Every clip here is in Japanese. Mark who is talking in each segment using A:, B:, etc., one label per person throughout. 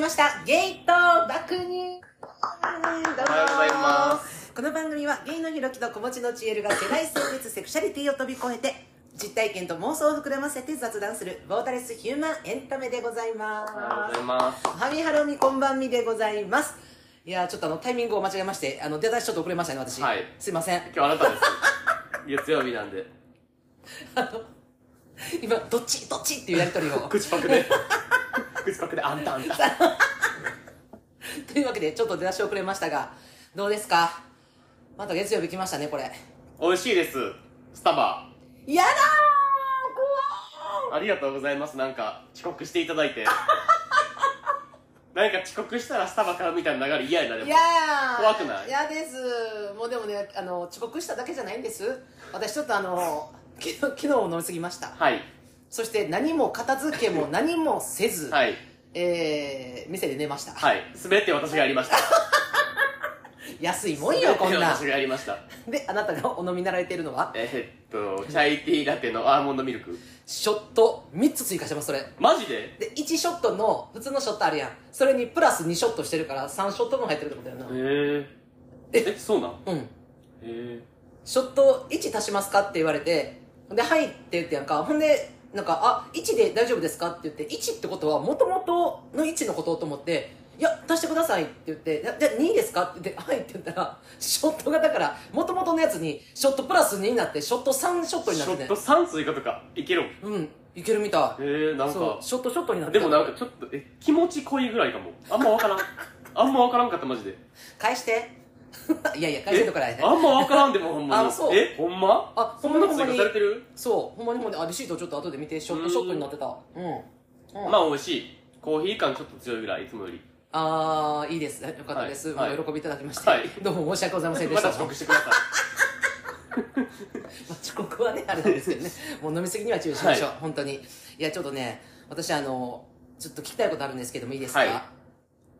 A: ました。ゲイと爆乳。どうも
B: おはようございます。
A: この番組はゲイのひろきと子持ちのちえるが世代性別セクシャリティを飛び越えて実体験と妄想を膨らませて雑談するボーダレスヒューマンエンタメでございま
B: おはようご
A: す
B: ざい。ます。
A: はみはろみこんばんみでございます。いやーちょっとあのタイミングを間違えまして、あの出だしちょっと遅れましたね私。
B: はい
A: すいません。
B: 今日あなたです。月曜日なんで。
A: 今どっちどっちっていうやりとりを。
B: 口パクで。口パクであんたあんた。
A: というわけでちょっと出だし遅れましたがどうですかまた月曜日来ましたねこれ
B: 美味しいです。スタバ。
A: やだ
B: ありがとうございます。なんか遅刻していただいて。なんか遅刻したらスタバからみたいな流れ嫌やなで
A: ー
B: も。
A: いやー
B: 怖くない
A: 嫌ですもうでもねあの遅刻しただけじゃないんです私ちょっとあの昨日昨日も飲みすぎました
B: はい
A: そして何も片付け も何もせず、
B: はい
A: えー、店で寝ました、
B: はい。すべて私がやりました。
A: 安いもんよこん
B: 全て
A: な
B: 私がやりました。
A: であなたがお飲みになられているのは
B: えーっとチャイティーラテのアーモンドミルク。
A: ショット3つ追加してますそれ
B: マジで？
A: で1ショットの普通のショットあるやんそれにプラス2ショットしてるから3ショット分入ってるってことやな
B: へえ。えそうなん？へ
A: うん
B: え。
A: ショット1足しますかって言われてで「はい」って言ってやんかほんでなんか「あ1で大丈夫ですか?」って言って1ってことはもともとの1のことと思って「いや足してください」って言って「じゃじゃあ2ですか?」って言って「はい」って言ったらショットがだからもともとのやつにショットプラス2になってショット3ショットに
B: シ
A: なってね
B: ョット三追加とかいけるん。へ
A: うんいけるみたい
B: えなん
A: そ
B: か
A: う。ショットショットになって
B: で
A: た
B: もなんかちょっとえ気持ち濃いぐらいかもあんま わからんあんまわからんかったマジで
A: 返して いやいや返し
B: え
A: てとからね
B: あんまわからんでもほんまに
A: あそう
B: えほんま
A: あ
B: そんな
A: ほ
B: こ
A: んま
B: と
A: に
B: 追加されてる
A: そうほんまにほんまにあレシートちょっと後で見てショットショットになってたうん、うん
B: まあ美味しいコーヒー感ちょっと強いぐらいいつもより
A: ああいいですよかったです、
B: はい
A: まあ、喜びいただきまして、
B: はい
A: どうも申し訳ございませんで
B: ま
A: した
B: た遅刻してくださ
A: まあ遅刻はねあれなんですけど ねもう飲み過ぎには注意しましょう、
B: は
A: 本当にいやちょっとね私あのちょっと聞きたいことあるんですけどもいいですか、
B: はい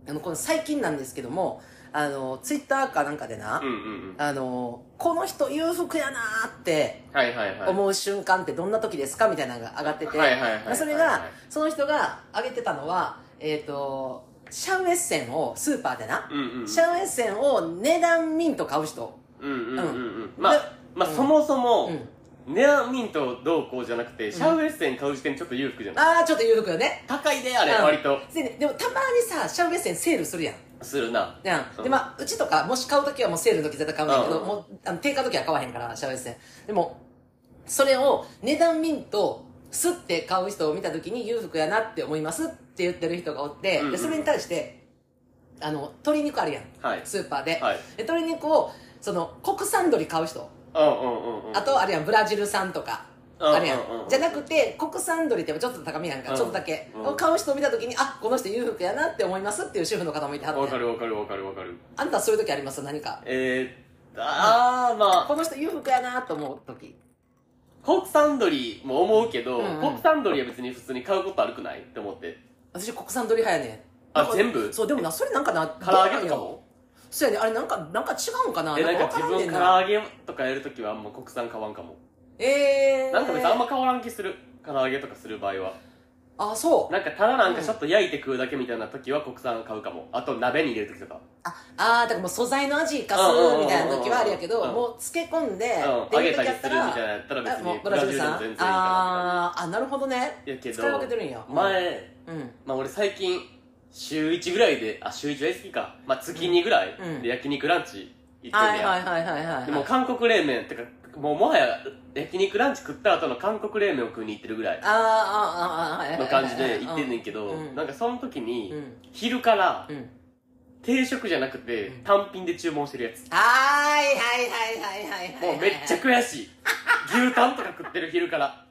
A: あのこの最近なんですけどもあのツイッターかなんかでな、
B: いうんうんうん
A: あのこの人裕福やなーって
B: はいはいはい
A: 思う瞬間ってどんな時ですかみたいなのが上がってて、
B: はいはいはいはい
A: まあそれ
B: はい
A: が
B: はい
A: その人が上げてたのはえっ、とシャウエッセンをスーパーでな、
B: うんうん
A: シャウエッセンを値段ミント買う人
B: うんうんうんうん
A: うん
B: ま
A: で
B: あまあ
A: うん
B: そもそも
A: うん
B: ネアミントどうこうじゃなくてシャウエッセン買う時点ちょっと裕福じゃない
A: ああちょっと言うとくよね
B: 高いであれ
A: うん
B: 割と
A: でねでもたまにさシャウエッセンセールするやん
B: するな
A: やん
B: うん
A: でまあうちとかもし買う時はもうセールの時絶対買うんだけど、
B: うん
A: もうあの定価の時は買わへんからシャウエッセンでもそれを値段ミントすって買う人を見た時に裕福やなって思いますって言ってる人がおって、
B: うんうん
A: でそれに対してあの鶏肉あるやん
B: はい
A: スーパーで,、
B: はい
A: で鶏肉をその国産鶏買う人、
B: うんうんうんうん
A: あとあるやんブラジル産とか
B: うん
A: あるやん
B: うんうん
A: じゃなくて国産鶏ってちょっと高めやんか
B: うん
A: ちょっとだけ
B: うん
A: 買う人を見た時にあこの人裕福やなって思いますっていう主婦の方もいては
B: わ
A: っ
B: か
A: て
B: るわかるわかるわかる
A: あんたそういう時あります何か
B: えー、あー、まあ、
A: この人裕福やなと思う時
B: 国産鳥も思うけど、
A: うんうん
B: 国産鳥は別に普通に買うことあるくないって思って。
A: 私国産鶏派やねん
B: あ
A: なんか
B: 全部
A: そうでもなそれなんかな
B: 唐揚
A: どう
B: げと
A: なん
B: か
A: よ
B: も
A: そうやねあれなんかなんか違うんかな
B: え、なん
A: わ
B: か自
A: らんね
B: 分
A: ん
B: 唐
A: な
B: 揚げとかやるときはあんま国産買わんかも。
A: えー、
B: なんか別にあんま変わらん気する。唐揚げとかする場合は。
A: あそう
B: なんかただなんかちょっと焼いて食うだけみたいなときは国産買うかも。あと鍋に入れるときとか。
A: ああーだからもう素材の味生かすみたいな時はあるやけど
B: うんうんうんうん
A: もう漬け込んでっ
B: う
A: て
B: ん。揚
A: い
B: げ
A: う時
B: たり
A: やっ
B: す
A: た
B: るみたい
A: ら
B: なやったら別
A: あもう
B: に
A: ブ
B: ブ
A: ラ
B: ラ
A: ジル
B: ジルでも
A: 産
B: 全然いいかなっ
A: あーあなるほどね
B: て。やけど
A: 使い、分けてるんや
B: 前、
A: うん
B: まあ俺最近、週1ぐらいで、あ、週1大好きか。まあ月2ぐらい
A: うん
B: で焼肉ランチ行ってんねや。
A: はいはいはいはいはい
B: でも韓国冷麺ってかもうもはや焼肉ランチ食った後の韓国冷麺を食いに行ってるぐらい
A: あーあーあーあーはいはい
B: の感じで行ってんねんけど、
A: うん
B: なんかその時に、
A: うん
B: 昼から
A: うん
B: 定食じゃなくて
A: うん
B: 単品で注文してるやつ、
A: はーいはいはいはいはいはい
B: もうめっちゃ 悔しい牛タンとか食ってる昼から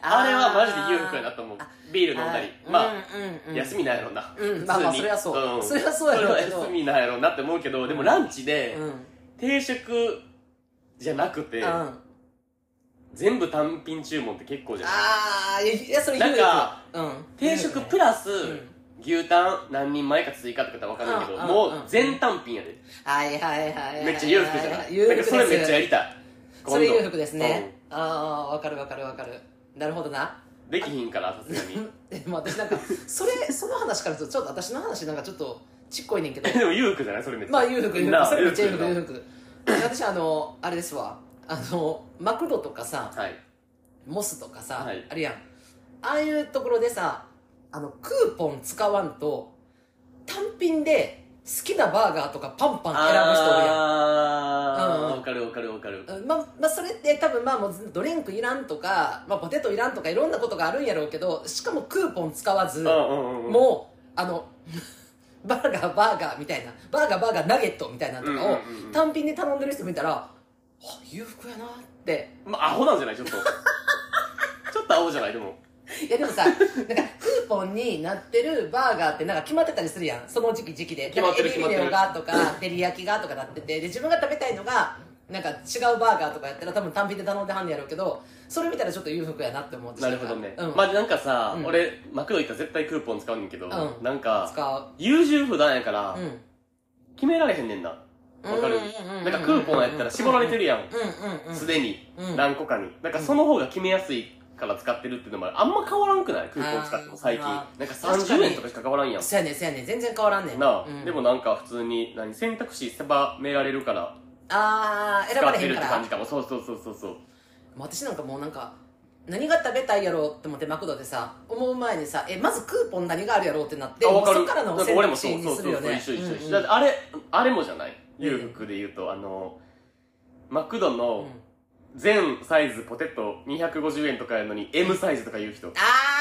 B: あれはマジで裕福やなと思う
A: あ
B: ビール飲んだ
A: は
B: り
A: い
B: まあ、
A: うんうんうん、
B: 休みなんやろう
A: うん
B: な、普通に
A: まあまあそりゃそうんそりゃそうやろうけど
B: それは休みなんやろうなって思うけどでもランチで
A: うん
B: 定食じゃなくて、
A: うん、あ
B: 全部単品注文って結構じゃない
A: あーいやそれ言うよ
B: なんか、
A: うん、
B: 定食プラス、
A: ん
B: 牛タン何人前か追加とかだったら分かんないけど、
A: うんうんうん
B: もう全単品やで、
A: はいはいはいはい
B: めっちゃ裕福じゃない、
A: 裕福
B: な
A: で
B: んか
A: す
B: それめっちゃやりたい
A: それ裕福ですね、ああわかるわかるわかるなるほどな
B: うんできひんからさすがに
A: って、まあ、私なんかそれ その話からするとちょっと私の話なんかちょっとちっこいねんけど
B: でも裕福じゃないそれめっちゃ
A: まあ裕福裕
B: な
A: 福
B: あ
A: それめっちゃ裕福
B: 裕
A: 裕福私あのあれですわあのマクドとかさ
B: はい
A: モスとかさ、
B: はい
A: あるやんああいうところでさあのクーポン使わんと単品で好きなバーガーとかパンパン選ぶ人おるやん
B: あ
A: うん
B: ー
A: うん
B: わかるわかるわかる
A: うんまあまあ、それって多分まあもうドリンクいらんとか、まあ、ポテトいらんとかいろんなことがあるんやろうけどしかもクーポン使わず
B: うんうんうん
A: もうあの バーガーバーガーみたいなバーガーバーガーナゲットみたいなのとか
B: うん
A: を
B: うんうんうん
A: 単品で頼んでる人見たらあ裕福やなって
B: まあアホなんじゃな いちょっとちょっとアホじゃないでも
A: いやでも さなんかクーポンになってるバーガーってなんか決まってたりするやんその時期時期で
B: 決まってる
A: なんかエビビデオ
B: 決ま
A: がとか照り焼きがとかなっててで自分が食べたいのがなんか違うバーガーとかやったら多分単品で頼んではんねやろうけどそれ見たらちょっと裕福やなって思って
B: なるほどね
A: うん、
B: まあなんかさ
A: うん
B: 俺マクド行ったら絶対クーポン使うねんけど
A: うん
B: なんか
A: 使
B: 優柔不断やか
A: う
B: ら
A: うん
B: 決められへんねんなわかる
A: うんうんうんうん
B: なんかクーポンやったら絞られてるやん
A: うんうん
B: すでに
A: うん
B: 何個かになんかその方が決めやすいから使ってるっていうのもあるあんま変わらんくないクーポン使っても最近
A: あ
B: なんか
A: 確かに
B: 30円とかしか変わらんやん
A: そうやねんそうやねん全然変わらんねん
B: なあ、
A: うん
B: でもなんか普通に何選択肢狭められるから
A: あー選
B: 使
A: ば
B: っ
A: れへ
B: て
A: ん
B: るっ
A: か
B: て
A: ら
B: 感じかもそうそうそうそうそう
A: もう私なんかもうなんか何が食べたいやろうって思ってマクドでさ思う前にさえまずクーポン何があるやろうってなって
B: あ
A: も
B: わ
A: う
B: か
A: そ
B: る
A: っから
B: な
A: の
B: んか
A: 選
B: 俺も
A: 択
B: そ
A: 肢
B: う
A: に
B: そう
A: す
B: そ
A: る
B: う
A: よね
B: 一緒一緒一緒、
A: うん
B: だ
A: う
B: っ
A: ん
B: てあれあれもじゃない裕福で言うと、あのマクド
A: う
B: の
A: ん
B: 全サイズポテト250円とかやのに M サイズとか言う人、
A: あ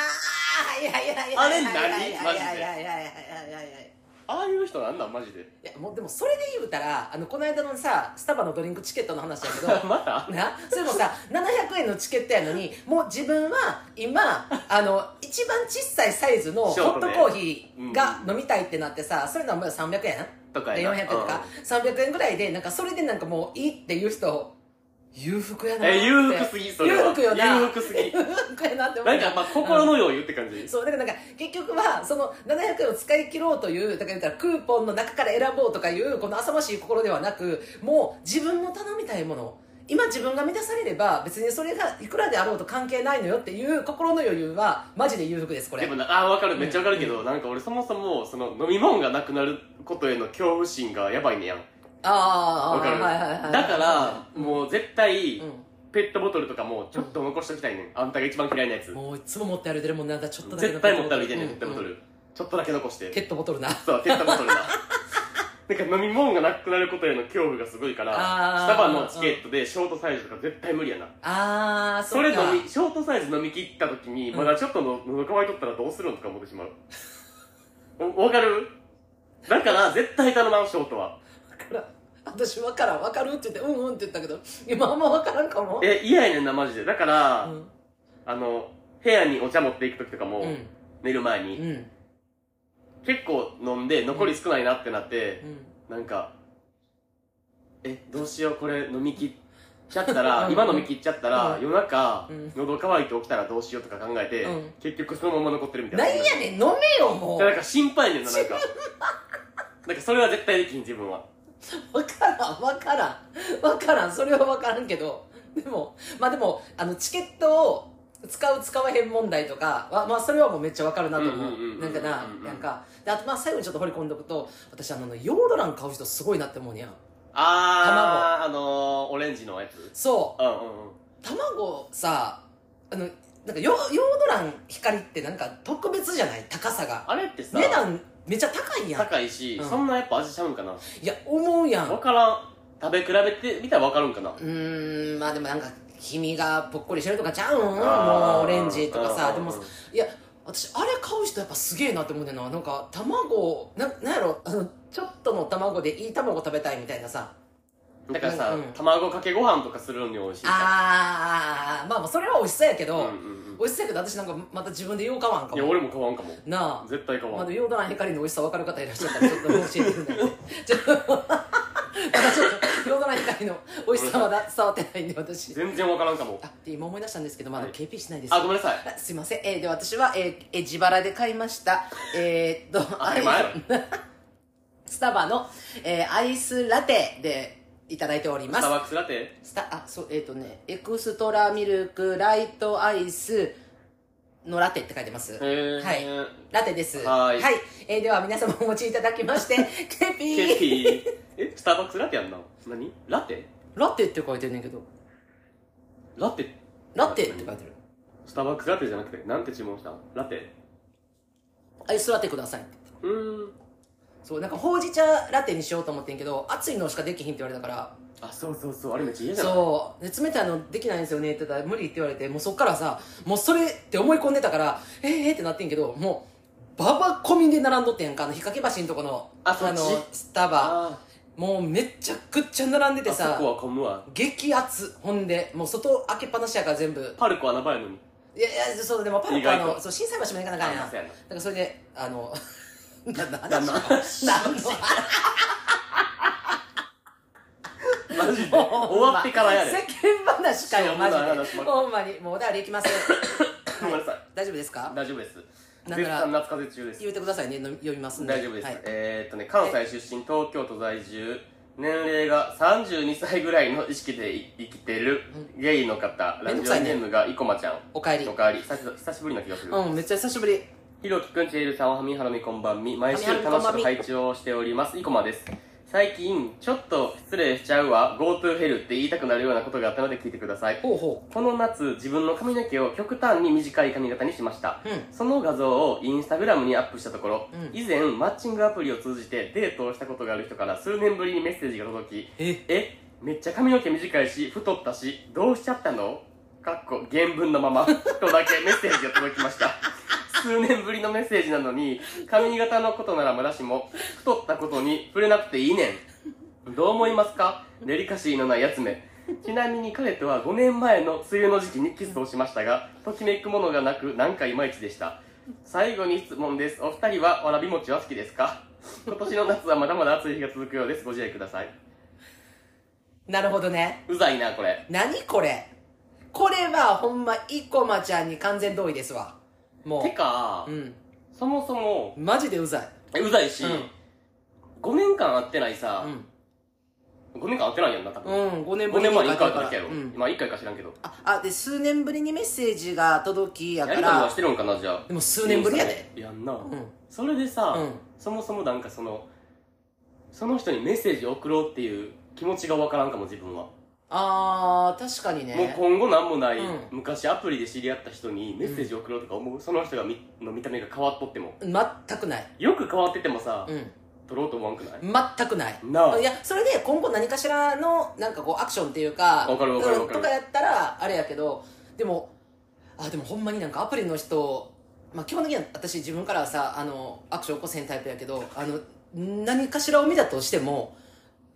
A: ーいやいやいや
B: あれ何
A: いやいやいやいやいやいやいやいやいやい
B: ああいう人なんなんマジで
A: やもうでもそれで言うたらあのこの間のさスタバのドリンクチケットの話だけど
B: また
A: なそれもさ700円のチケットやのにもう自分は今あの一番小さいサイズのホ
B: ショー
A: ッ
B: ト
A: ト
B: で
A: コーヒーが飲みたいってなってさ、それのはもう300円
B: とか
A: で
B: や
A: 400
B: な
A: 円とか、300円ぐらいでなんかそれでなんかもういいっていう人裕福や
B: う
A: なんって
B: え裕福すぎそれは
A: 裕福よな
B: 裕福すぎ
A: 裕福やなって思
B: な
A: うん
B: かまあ心の余裕って感じ、
A: そうだからなんか結局はその700円を使い切ろうというだから言ったらクーポンの中から選ぼうとかいうこの浅ましい心ではなくもう自分の頼みたいもの今自分が満たされれば別にそれがいくらであろうと関係ないのよっていう心の余裕はマジで裕福ですこれ
B: でもなあーわかるめっちゃわかるけど、なんか俺そもそもその飲み物がなくなることへの恐怖心がやばいねやん
A: ああ
B: わかる、
A: はいはいはいはい
B: だから、もう絶対、
A: う
B: ペットボトルとかもちょっと残しときたいねん、あんたが一番嫌いなやつ
A: ん、もういつも持って歩いてるもんなんかちょっとだけ
B: 絶対持って歩いてんねん、
A: うん
B: ペットボトル、ちょっとだけ残して
A: ペットボトルな
B: そうペットボトルだなんか飲み物がなくなることへの恐怖がすごいから
A: あー
B: スタバのチケットでショートサイズとか絶対無理やな
A: ああ
B: それ飲みショートサイズ飲み切った時に
A: うん
B: まだちょっとの喉乾いとったらどうするんとか思ってしまうおわかるだから絶対頼まんショートは
A: から私分からん分かるって言ってうんうんって言ったけど今あんま分からんかも
B: え嫌やねんなマジでだから、
A: うん
B: あの部屋にお茶持っていく時とかも、
A: うん
B: 寝る前に、
A: うん
B: 結構飲んで残り少ないなってなって
A: う、ん
B: なんかえどうしようこれ飲み切っちゃった ら
A: うん
B: 今飲み切っちゃったら、
A: うん
B: 夜中、
A: うん
B: 喉乾いて起きたらどうしようとか考えて、
A: うん
B: 結局そのまま残ってるみたいな
A: なんやねん飲めよも
B: だ
A: う
B: なんか心配やねん ななんかなんかそれは絶対できん自分は
A: 分からん分からん分からんそれは分からんけどでもまあでもあのチケットを使う使わへん問題とかはまあそれはもうめっちゃ分かるなと思
B: うんうんうんう
A: うんなんかな
B: うんうん
A: なんかであとまあ最後にちょっと掘り込んでおくと私あのヨードラン買う人すごいなって思うにゃん
B: あーあのー、オレンジのやつ
A: そう
B: うんうんうん
A: 卵さあのなんかヨヨードラン光ってなんか特別じゃない高さが
B: あれってさ
A: 値段めちゃ高いやん
B: 高いし、
A: うん
B: そんなやっぱ味ちゃうんかない
A: や思うやん
B: わ
A: う
B: からん食べ比べてみたらわかるんかな
A: ーんまあでもなんか黄身がぽっこりしてるとかちゃうんも
B: あー
A: うオレンジとかさ
B: うん
A: でもいや私あれ買う人やっぱすげえなって思うねんななんか卵ななんやろあのちょっとの卵でいい卵食べたいみたいなさ
B: だからさ、
A: うん
B: 卵かけご飯とかするのに美味しいさ
A: あーまあまあそれは美味しそうやけ
B: うん
A: ど、
B: うんうん
A: 美味しそうやけど私なんかまた自分でよう買わんか
B: いや
A: も
B: 俺も買わんかも
A: なあ
B: 絶対買わ
A: ま
B: ん、
A: だヨードラン光の美味しさ分かる方いらっしゃったらちょっと教えてくださいちょっとまだちょっとヨードラン光の美味しさまだ伝わってないんで私
B: 全然わからんかも
A: あで今思い出したんですけどまだ
B: はい
A: KP しないです、
B: あごめんなさい
A: あすいません、えーで私は、えーえー自腹で買いましたえーっと
B: 当たり前やろ
A: スタバの、えーアイスラテでいただいております
B: スターバックスラテ
A: スタあそうえっ、とねエクストラミルクライトアイスのラテって書いてます。
B: えー、
A: はいラテです。
B: はーい
A: えーでは皆様お持ちいただきまして、ケピ
B: ケ
A: ー。
B: ーキえスターバックスラテやんな何ラテ
A: ラテって書いてんねんけど、
B: ラテ
A: ラテって書いてる。
B: スターバックスラテじゃなくてなんて注文したのラテ
A: アイスラテください。
B: うーん
A: そう、なんかほうじ茶ラテにしようと思ってんけど、熱いのしかできひんって言われたから、
B: あそうそうそうあれめっちゃ嫌じゃん
A: そう、で冷たいのできないんですよねって言ったら、無理って言われて、もうそっからさ、もうそれって思い込んでたから、えー、えー、ってなってんけど、もう、ババ込みで並んどってんやんか、あの、日掛け橋のとこの、
B: あそっち
A: の、スタバ。
B: あ
A: もうめちゃくちゃ並んで
B: ー
A: て
B: あそ
A: さ、
B: こは混むわ
A: 激アツほんでもう外開けっぱなしやから全部
B: パルコ穴場やのに
A: いやいやそうでもパル
B: 意
A: コあ
B: 外と
A: のそう震災橋も行かなあかんやん
B: あ
A: だ
B: そうやな
A: からそれであの なな
B: 何 の話
A: 何の話
B: マ ジで終わってからや
A: 世
B: れ
A: 間話かよ
B: しょうもな
A: マ
B: い
A: ジ
B: 話
A: で
B: ばっか
A: ほんまにもうお便りいき ます
B: ごめんなさい
A: 大丈夫ですか
B: 大丈夫です
A: だから
B: 絶賛夏風邪中です
A: 言ってくださいねの読みますんで
B: 大丈夫です、
A: はい、
B: えー、っとね関西出身東京都在住年齢が32歳ぐらいの意識で生きてるゲイの方、
A: め
B: ラ
A: んどく
B: ジ
A: さ
B: オ
A: いね
B: ネームが生駒ちゃん
A: おかえり
B: おかわり久し久しぶりな気がする、
A: うんめっちゃ久しぶり
B: ひろきくん、ちえるさん、おはみはろみこんばんみ。毎週
A: はみはろみこん
B: 楽し
A: ばん
B: く
A: み
B: 拝聴しております。いこまです。最近、ちょっと失礼しちゃうわ、GoToHell って言いたくなるようなことがあったので聞いてください。
A: ほうほ
B: この夏、自分の髪の毛を極端に短い髪型にしました。
A: ううん
B: その画像をインスタグラムにアップしたところ、
A: うん
B: 以前マッチングアプリを通じてデートをしたことがある人から数年ぶりにメッセージが届き、
A: え
B: え、めっちゃ髪の毛短いし、太ったし、どうしちゃったのかっこ原文のまま、とだけメッセージが届きました。 数年ぶりのメッセージなのに、髪型のことならまだしも、太ったことに触れなくていいねん。どう思いますかデリカシーのないやつめ。ちなみに彼とは5年前の梅雨の時期にキスをしましたが、ときめくものがなく、なんかいまいちでした。最後に質問です。お二人はわらび餅は好きで すか今年の夏はまだまだ暑い日が続くようです。ご自愛ください。
A: なるほどね
B: うざいな、これ。
A: 何これこれはほんま生駒ちゃんに完全同意ですわも
B: てか
A: う、うん
B: そもそも、
A: マジでうざい
B: えうざいし、
A: うん
B: 5年間会ってないさ
A: う、ん
B: 5年間会ってないやんな、多分。
A: うん、5年ぶ
B: 5
A: り
B: 年前に
A: 書いて
B: 1回会
A: る
B: っただけやろ。
A: うん
B: まあ1回か知らんけど。
A: ああで数年ぶりにメッセージが届きや
B: やり
A: か
B: とりは
A: ら
B: してるんかな、じゃあ。
A: でも数年ぶりやで
B: インスタで。やんな。
A: う
B: それでさ、
A: ん、うん、
B: そもそもなんかその、その人にメッセージ送ろうっていう気持ちがわからんかも、自分は。
A: あー確かに
B: もう
A: ね
B: 今後なんもない、
A: うん
B: 昔アプリで知り合った人にメッセージ送ろうとか思う、その人がみの見た目が変わっとっても。
A: 全くない
B: よく変わっててもさ、
A: うん
B: 撮ろうと思わんくない
A: 全くない
B: なあ
A: いやそれで今後何かしらのなんかこうアクションっていうか
B: わかるわかるわかる
A: うんとかやったらあれやけどでもあでもほんまになんかアプリの人、まあ、基本的には私自分からはさあのアクション起こせんタイプやけどあの何かしらを見たとしても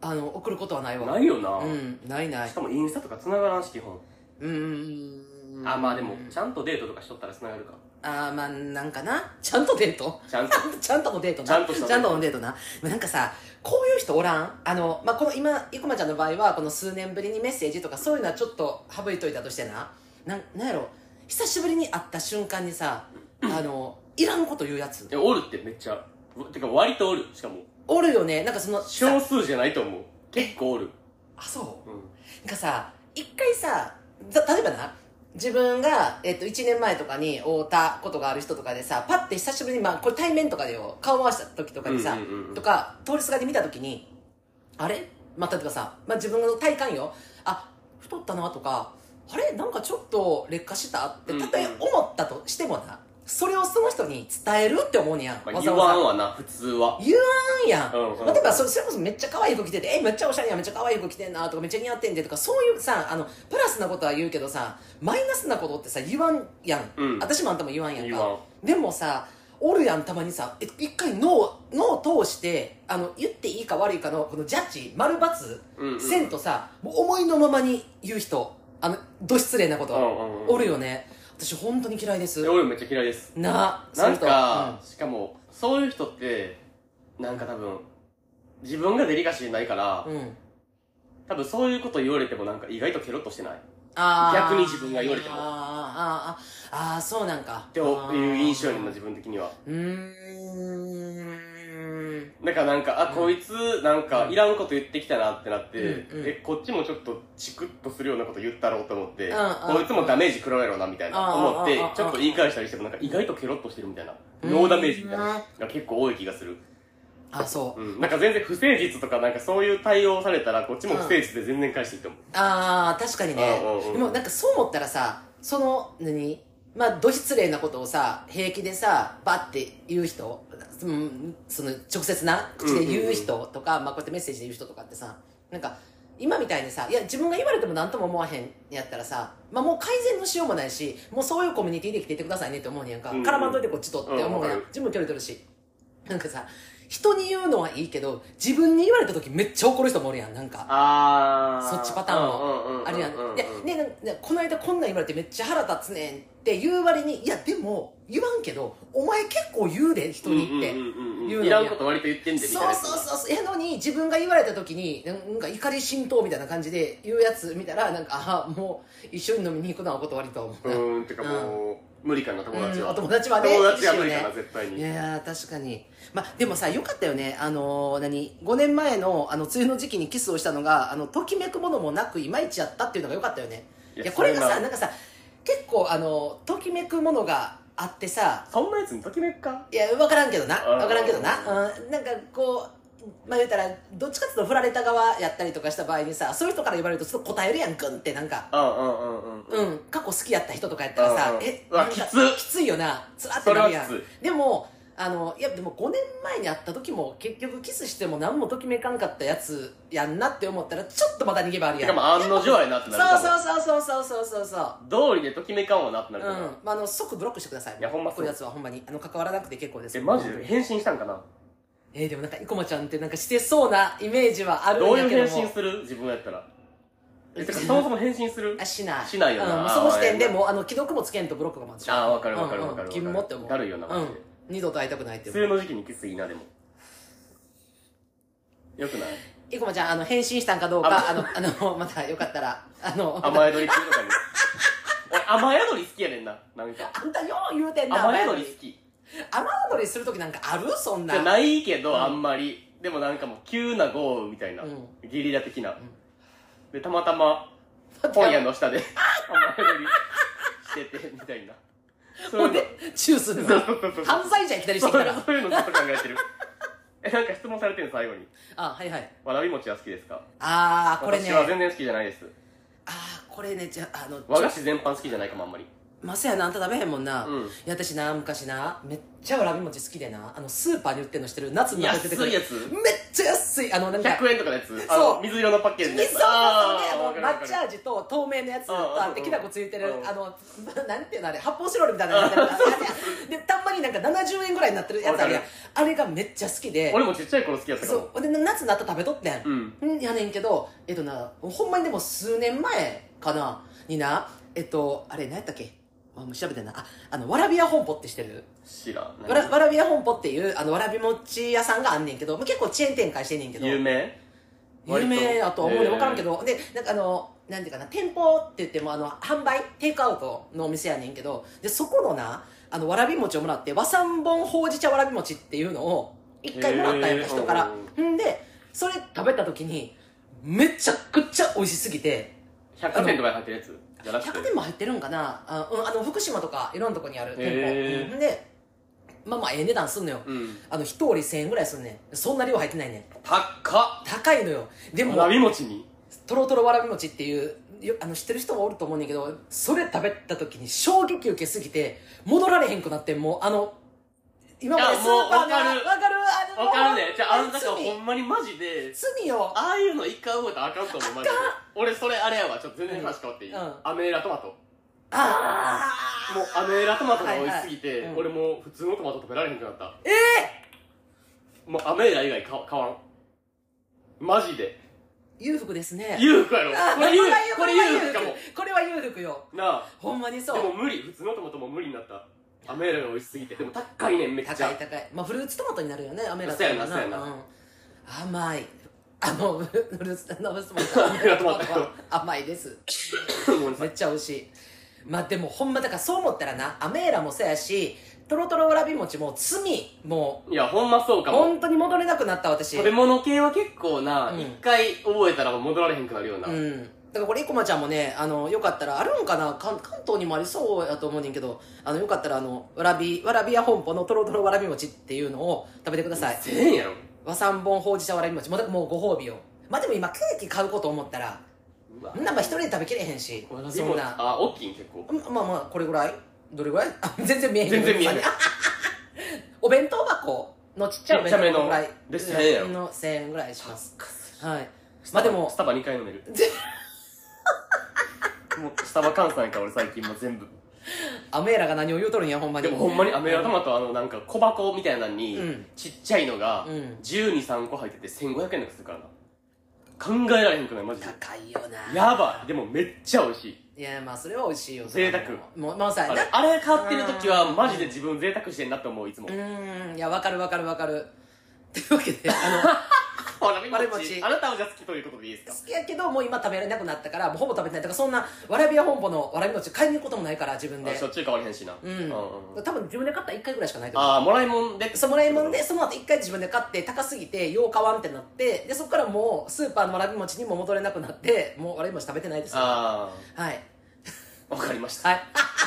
A: あの送ることはないわ
B: ないよな、
A: うんないない
B: しかもインスタとか繋がらんし基本、
A: うーん
B: あまあでもちゃんとデートとかしとったら繋がるか
A: あーまあなんかなちゃんとデート
B: ちゃんと
A: ちゃんとのデートな
B: ちゃんとしたの
A: ちゃんとのデートななんかさこういう人おらんあの、まあ、この今生駒ちゃんの場合はこの数年ぶりにメッセージとかそういうのはちょっと省いといたとしてななんなんやろ久しぶりに会った瞬間にさあのいらんこと言うやつ
B: えおるってめっちゃうてか割とおるしかも
A: おるよねなんかその
B: 少
A: さ
B: 数じゃないと思う結構おる、
A: あそう
B: う
A: なんかさ一回さた例えばな自分が、えっと、1年前とかに会うたことがある人とかでさパッて久しぶりに、まあ、これ対面とかでよ顔回した時とかにさ、
B: うんうんうん
A: とか通りすがり見た時にあれまあ、例えばさ、まあ、自分の体感よあ太ったなとかあれなんかちょっと劣化したって
B: うんうん
A: たとえ思ったとしてもな、それをその人に伝えるって思うねやん、
B: んま
A: わざ
B: あ、言
A: わ
B: わ
A: ざ
B: んわな普通は
A: 言わんやん、
B: うんうん
A: 例えばそそれこそめっちゃ可愛い服着てて「えめっちゃおしゃれやんめっちゃ可愛い服着てんな」とか「めっちゃ似合ってんで」とかそういうさあのプラスなことは言うけどさマイナスなことってさ言わんやん、
B: うん
A: 私もあんたも言わんやん
B: 言
A: か
B: わん
A: でもさおるやんたまにさえ一回脳脳を通してあの言っていいか悪いかのこのジャッジ丸×
B: うんうん
A: せんとさ、もう思いのままに言う人あのど失礼なこと、
B: うんうんうん
A: おるよね私本当に嫌いです
B: えおるめっちゃ嫌いです
A: なそう
B: ない
A: うん人
B: か、しかもそういう人ってなんか多分自分がデリカシーないから、
A: うん、うん
B: 多分そういうこと言われてもなんか意外とケロッとしてない
A: あー
B: 逆に自分が言われても
A: あーあーあーあーそうなんか
B: っていう印象にも自分的には
A: うーんうん
B: だからなんか、あ、
A: うん
B: こいつ、なんか、いらんこと言ってきたなってなって、
A: うんうん
B: え、こっちもちょっとチクッとするようなこと言ったろうと思って、
A: うんうん
B: こいつもダメージ食らうやろうな、みたいな、思って
A: うんうんうんうん、
B: ちょっと言い返したりしても、なんか意外とケロッとしてるみたいな、ノーダメージみたいな、が結構多い気がする。
A: あそう
B: うん。なんか全然不誠実とか、なんかそういう対応されたら、こっちも不誠実で全然返していいと思う。
A: あー確かにね
B: うんうんうん
A: でもなんかそう思ったらさその何まあど失礼なことをさ平気でさバッて言う人、うん、その直接な口で言う人とか、まあこうやってメッセージで言う人とかってさなんか今みたいにさいや自分が言われても何とも思わへんやったらさ、まあ、もう改善のしようもないしもうそういうコミュニティで生きていってくださいねって思うんやんか、
B: うんうん
A: 絡まんといてこっちとって思うやん、
B: うんわかる
A: 自分も距離取るしなんかさ人に言うのはいいけど自分に言われた時めっちゃ怒る人もおるやんなんか
B: あ
A: そっちパターンも
B: も
A: あるやん。いや、ねなんね、この間こんなん言われてめっちゃ腹立つねんって言う割に、いや、でも、言わんけど、お前結構言うで、人にって。言うのに
B: いらんこと割と言ってんで、みた
A: そ
B: いな
A: う
B: やつが。
A: そうそうそう。やのに、自分が言われた時に、なんか怒り浸透みたいな感じで言うやつ見たら、なんか、あもう一緒に飲みに行くのはお断りとは思った。うん
B: うーん、てかもう、無理かな、友達は。
A: お友達はね、
B: 友達は無
A: 一緒
B: 理
A: にね
B: かな、絶対
A: い
B: に。
A: やー確かに、まあ、でもさよかったよねあのー何5年前のあの梅雨の時期にキスをしたのがあのときめくものもなくいまいちやったっていうのがよかったよねい
B: いや
A: やこれが
B: そん
A: さ
B: な
A: なんかさ結構あのときめくものがあってさ
B: そんなやつにときめくか
A: いや分からんけどな
B: うん
A: 分からんけどな、うん、なんかこうまあ言うたらどっちかっていうと振られた側やったりとかした場合にさそういう人から言われるとちょっと答えるやんくんってなんか
B: うんうんうんうん。
A: うん過去好きやった人とかやったら
B: うん
A: さ
B: うん
A: え
B: うわ
A: なんか
B: きつ
A: きついよなつらってなるやん
B: それはき
A: でもあのいやでも5年前に会った時も結局キスしても何もときめかんかったやつやんなって思ったらちょっとまた逃げ場ある
B: て
A: や
B: か
A: ん
B: まあ案の定やなってなるかも。
A: そうそうそうそうそうそうそう
B: 道理でときめかんわなってな
A: うん
B: るかも。
A: まあ、あの即ブロックしてください
B: いやほんま
A: こ
B: そう
A: ういうやつはほんまにあの関わらなくて結構です
B: え、マジで変身したんかな
A: えーでもなんか生駒ちゃんってなんかしてそうなイメージはあるん
B: どうい
A: だ
B: う
A: けど
B: 変
A: も
B: 身する自分やったら。え、てかそもそも変身する
A: あしない
B: しないよな
A: うん、
B: あー
A: その時点でもうあの既読もつけんとブロックがまず
B: あーわかるわかるわかるわかる
A: 君もって思う
B: だるいよな
A: う
B: マ
A: ん
B: ジで
A: 二度と会いたくないって
B: 普
A: 思う
B: 通の時期にキスいいな、でも。よくない
A: 生駒ちゃんあの変身したんかどうかあのあのまたよかったらあの
B: 甘えどり中とかに。俺、甘えどり好きやねんな。なんか。
A: あんたよう言うてんな
B: 甘えどり好き。
A: 雨宿りする時なんかあるそんな
B: じゃないけど、
A: うん
B: あんまり。でもなんかもう、急な豪雨みたいな。
A: うん
B: ゲリラ的な。で、たまたま、本屋の下で、雨宿りしてて、みたいな。そう
A: ほ
B: い
A: ん
B: うの
A: で、チューする
B: そ
A: の
B: うそうそうそう。
A: 犯罪じゃんいきなりしてき
B: そ
A: た
B: う
A: ら
B: そういうのずっと考えてる。 え、なんか質問されてるの最後に。
A: あはいはい
B: わらび餅は好きですか
A: ああこれね
B: 私は全然好きじゃないです。
A: ああこれねじゃあの
B: 和菓
A: ち
B: 子全般好きじゃないかも、あんまり。
A: ょまさやなあんた食べへんもんな、
B: うん
A: いや私な昔なめっちゃわらび餅好きでなあのスーパーに売ってるのしてる夏になって
B: 安いやつ
A: めっちゃ安いあのなんか
B: 100円とかのやつ。あ
A: そう
B: の水色のパッケージのやつ。
A: そうそうそうね、あ
B: あ
A: の
B: ー
A: 抹茶。味と透明のやつとあって
B: うん
A: きな粉ついてる
B: うん
A: あの なんていうのあれ発泡スチロールみたいなのやつやつでたんまになんか70円ぐらいになってるやつあるやん
B: わか
A: あれがめっちゃ好きで
B: 俺もちっちゃい頃好きやったかも。
A: そうで夏になったら食べとってん
B: うん。
A: うんやねんけどえっとなほんまにでも数年前かなになえっとあれ何やったっけあもう調べてんなああのわらび屋本舗ってしてる
B: 知らん。
A: わらわらび屋本舗っていうあのわらび餅屋さんがあんねんけど、まあ、結構チェーン展開してんねんけど
B: 有名
A: 有名やとは思うで
B: 割
A: 分からんけど、でなんかあのなんていうかな店舗って言ってもあの販売テイクアウトのお店やねんけどでそこのなあのわらび餅をもらって和三盆ほうじ茶わらび餅っていうのを一回もらったんやんか
B: へー
A: 人から
B: うん
A: んでそれ食べた時にめちゃくちゃ美味しすぎて
B: 100点とかに入ってるやつじゃなくて
A: 100点も入ってるんかなあ,、うん、あの福島とかいろんなとこにある店舗、
B: へー
A: うんでまあまあええ値段すんのよ
B: うん
A: あの一折1000円ぐらいすんねんそんな量入ってないねん
B: 高
A: 高いのよで
B: っ
A: も
B: わらび餅に
A: とろとろわらび餅っていうよあの知ってる人もおると思うねんだけどそれ食べた時に衝撃受けすぎて戻られへんくなってんもうあの今まで
B: いや
A: スーパーで
B: もうわか
A: わ
B: る
A: かるあの
B: わかるねじゃああんたがほ
A: 罪
B: んまにマジで
A: 罪よ
B: ああいうの一回覚えたらあかんと思うマジで俺それあれやわちょっと全然話変わっていい、
A: うんうん
B: アメーラトマト
A: あ
B: もうアメーラトマトが美味しすぎて、
A: はいはいうん
B: 俺もう普通のトマト食べられへんくなったええもうアメーラ以外買わ買わんマジで
A: ー裕福ですね
B: 裕福やろ
A: あー
B: これ裕
A: は
B: 福これ裕福かも
A: これは裕福よ
B: なあ
A: ほんまにそ
B: でも
A: う
B: 無理普通のトマトも無理になったアメーラが美味しすぎてでも高いねんめっちゃ
A: 高い高いまあフルーツトマトになるよねアメラトマト
B: そうやなそうやな
A: うん甘いあのフルーツトマト
B: アメラトマト
A: は 甘いです
B: ごめんなさ
A: め
B: い
A: っちゃ美味しいまあでもほんまだからそう思ったらなアメーラもそうやしトロトロわらび餅も罪も
B: いや、ほんまそう
A: う
B: かも。
A: 本当に戻れなくなった私
B: 食べ物系は結構な、
A: うん
B: 一、回覚えたらもう戻られへんくなるような。
A: うん、だからこれ生駒ちゃんもねあのよかったらあるんかな関関東にもありそうやと思うねんけどあのよかったらあのわらびわらび屋本舗のとろとろわらび餅っていうのを食べてください
B: せえへんやろ。
A: 和三盆ほうじ茶わらび餅もうだからもうご褒美をまあでも今ケーキ買うこと思ったら
B: うわ
A: そんなんか一人で食べきれへんし
B: わらび
A: そん
B: 餅
A: な
B: あ、大きいん結構。
A: うんまあまあこれぐらいどれぐらいあ全然見えへん
B: 全然見えへん
A: お弁当箱のちっちゃいお弁
B: ちっちゃめ
A: 当箱
B: の
A: ぐらい
B: で1000円やろ
A: の1000円ぐらいしますはいまあでも
B: スタバ2回飲める。
A: ぜ
B: もう、スタバ換算やから俺最近もう全部。
A: アメーラが何を言うとるんやほんまに
B: でもほんまにアメラトマトあのなんか小箱みたいなのに、
A: うん
B: ちっちゃいのが
A: うん
B: 123個入ってて1500円とかするからな考えられへんくないマジで
A: 高いよな
B: やばいでもめっちゃ美味し
A: い
B: い
A: やまあそれは美味しいよ
B: 贅沢
A: それはもうもうさ
B: あれ
A: な
B: あれ買ってる時はマジで自分贅沢してんなって思ういつも
A: うーんいやわかるわかるわかるというわけであの
B: わらび
A: わら
B: 餅
A: び餅
B: あなたはじゃあ好きということでいい ですか
A: 好きやけどもう今食べられなくなったからもうほぼ食べてないだからそんなわらび屋本舗のわらび餅買いに行くこともないから自分で
B: あしょっちゅう変わりへんしな
A: う
B: うんんうん
A: 多分自分で買ったら1回ぐらいしかないと思う
B: ああもらいもんで
A: そもらいもんでその後1回自分で買って高すぎてよう買わんってなってでそこからもうスーパーのわらび餅にも戻れなくなってもうわらび餅食べてないですよは
B: あ
A: い
B: あわかりました
A: はい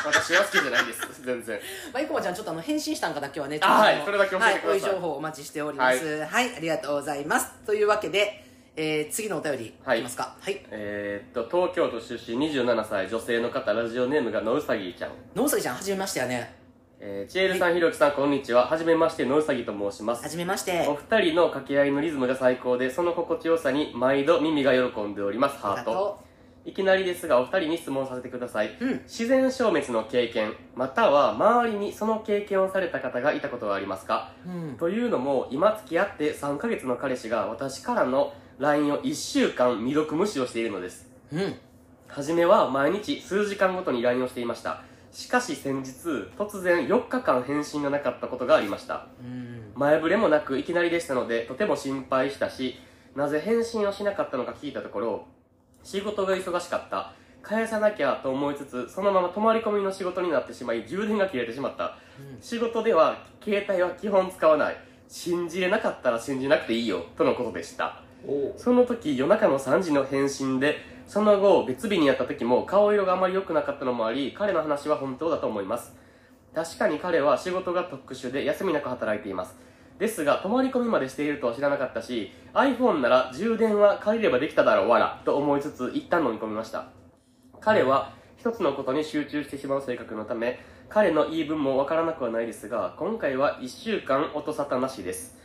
B: 私は好きじゃないです全然
A: まあ、いこまちゃん、ちょっとあの、返信したんかだけはね、
B: あは
A: ちょ
B: い
A: っと
B: それだけ教えてください
A: はい、こういう情報をお待ちしております。はい、ありがとうございます。というわけで、えー、次のお便り、い
B: はい
A: きますか。はい。
B: えー、っと東京都出身27歳女性の方ラジオネームがのうさぎちゃん
A: 野うさぎちゃん、はじめましてやね。
B: えー、チエルさん、ひろきさん、こんにちは。はじめまして、のうさぎと申しま
A: は
B: す。
A: じめまして。
B: お二人の掛け合いのリズムが最高で、その心地よさに毎度耳が喜んでおります。ハ
A: あり
B: ー
A: が
B: ト。
A: と
B: いきなりですが、お二人に質問させてください。
A: う。うん。
B: 自然消滅の経験、または周りにその経験をされた方がいたことはありますか
A: うん。
B: というのも、今付き合って3ヶ月の彼氏が私からの LINE を1週間未読無視をしているのです。
A: うん。
B: 初めは毎日数時間ごとに LINE をしていましたしかし先日突然4日間返信がなかったことがありました
A: うん。
B: 前触れもなくいきなりでしたのでとても心配したしなぜ返信をしなかったのか聞いたところ仕事が忙しかった返さなきゃと思いつつそのまま泊まり込みの仕事になってしまい充電が切れてしまった仕事では携帯は基本使わない信じれなかったら信じなくていいよとのことでした
A: おお。
B: その時夜中の3時の返信でその後別日にやった時も顔色があまり良くなかったのもあり彼の話は本当だと思います確かに彼は仕事が特殊で休みなく働いていますですが泊まり込みまでしているとは知らなかったし iPhone なら充電は借りればできただろうわらと思いつつ一旦飲み込みました彼は一つのことに集中してしまう性格のため彼の言い分もわからなくはないですが今回は1週間音沙汰なしです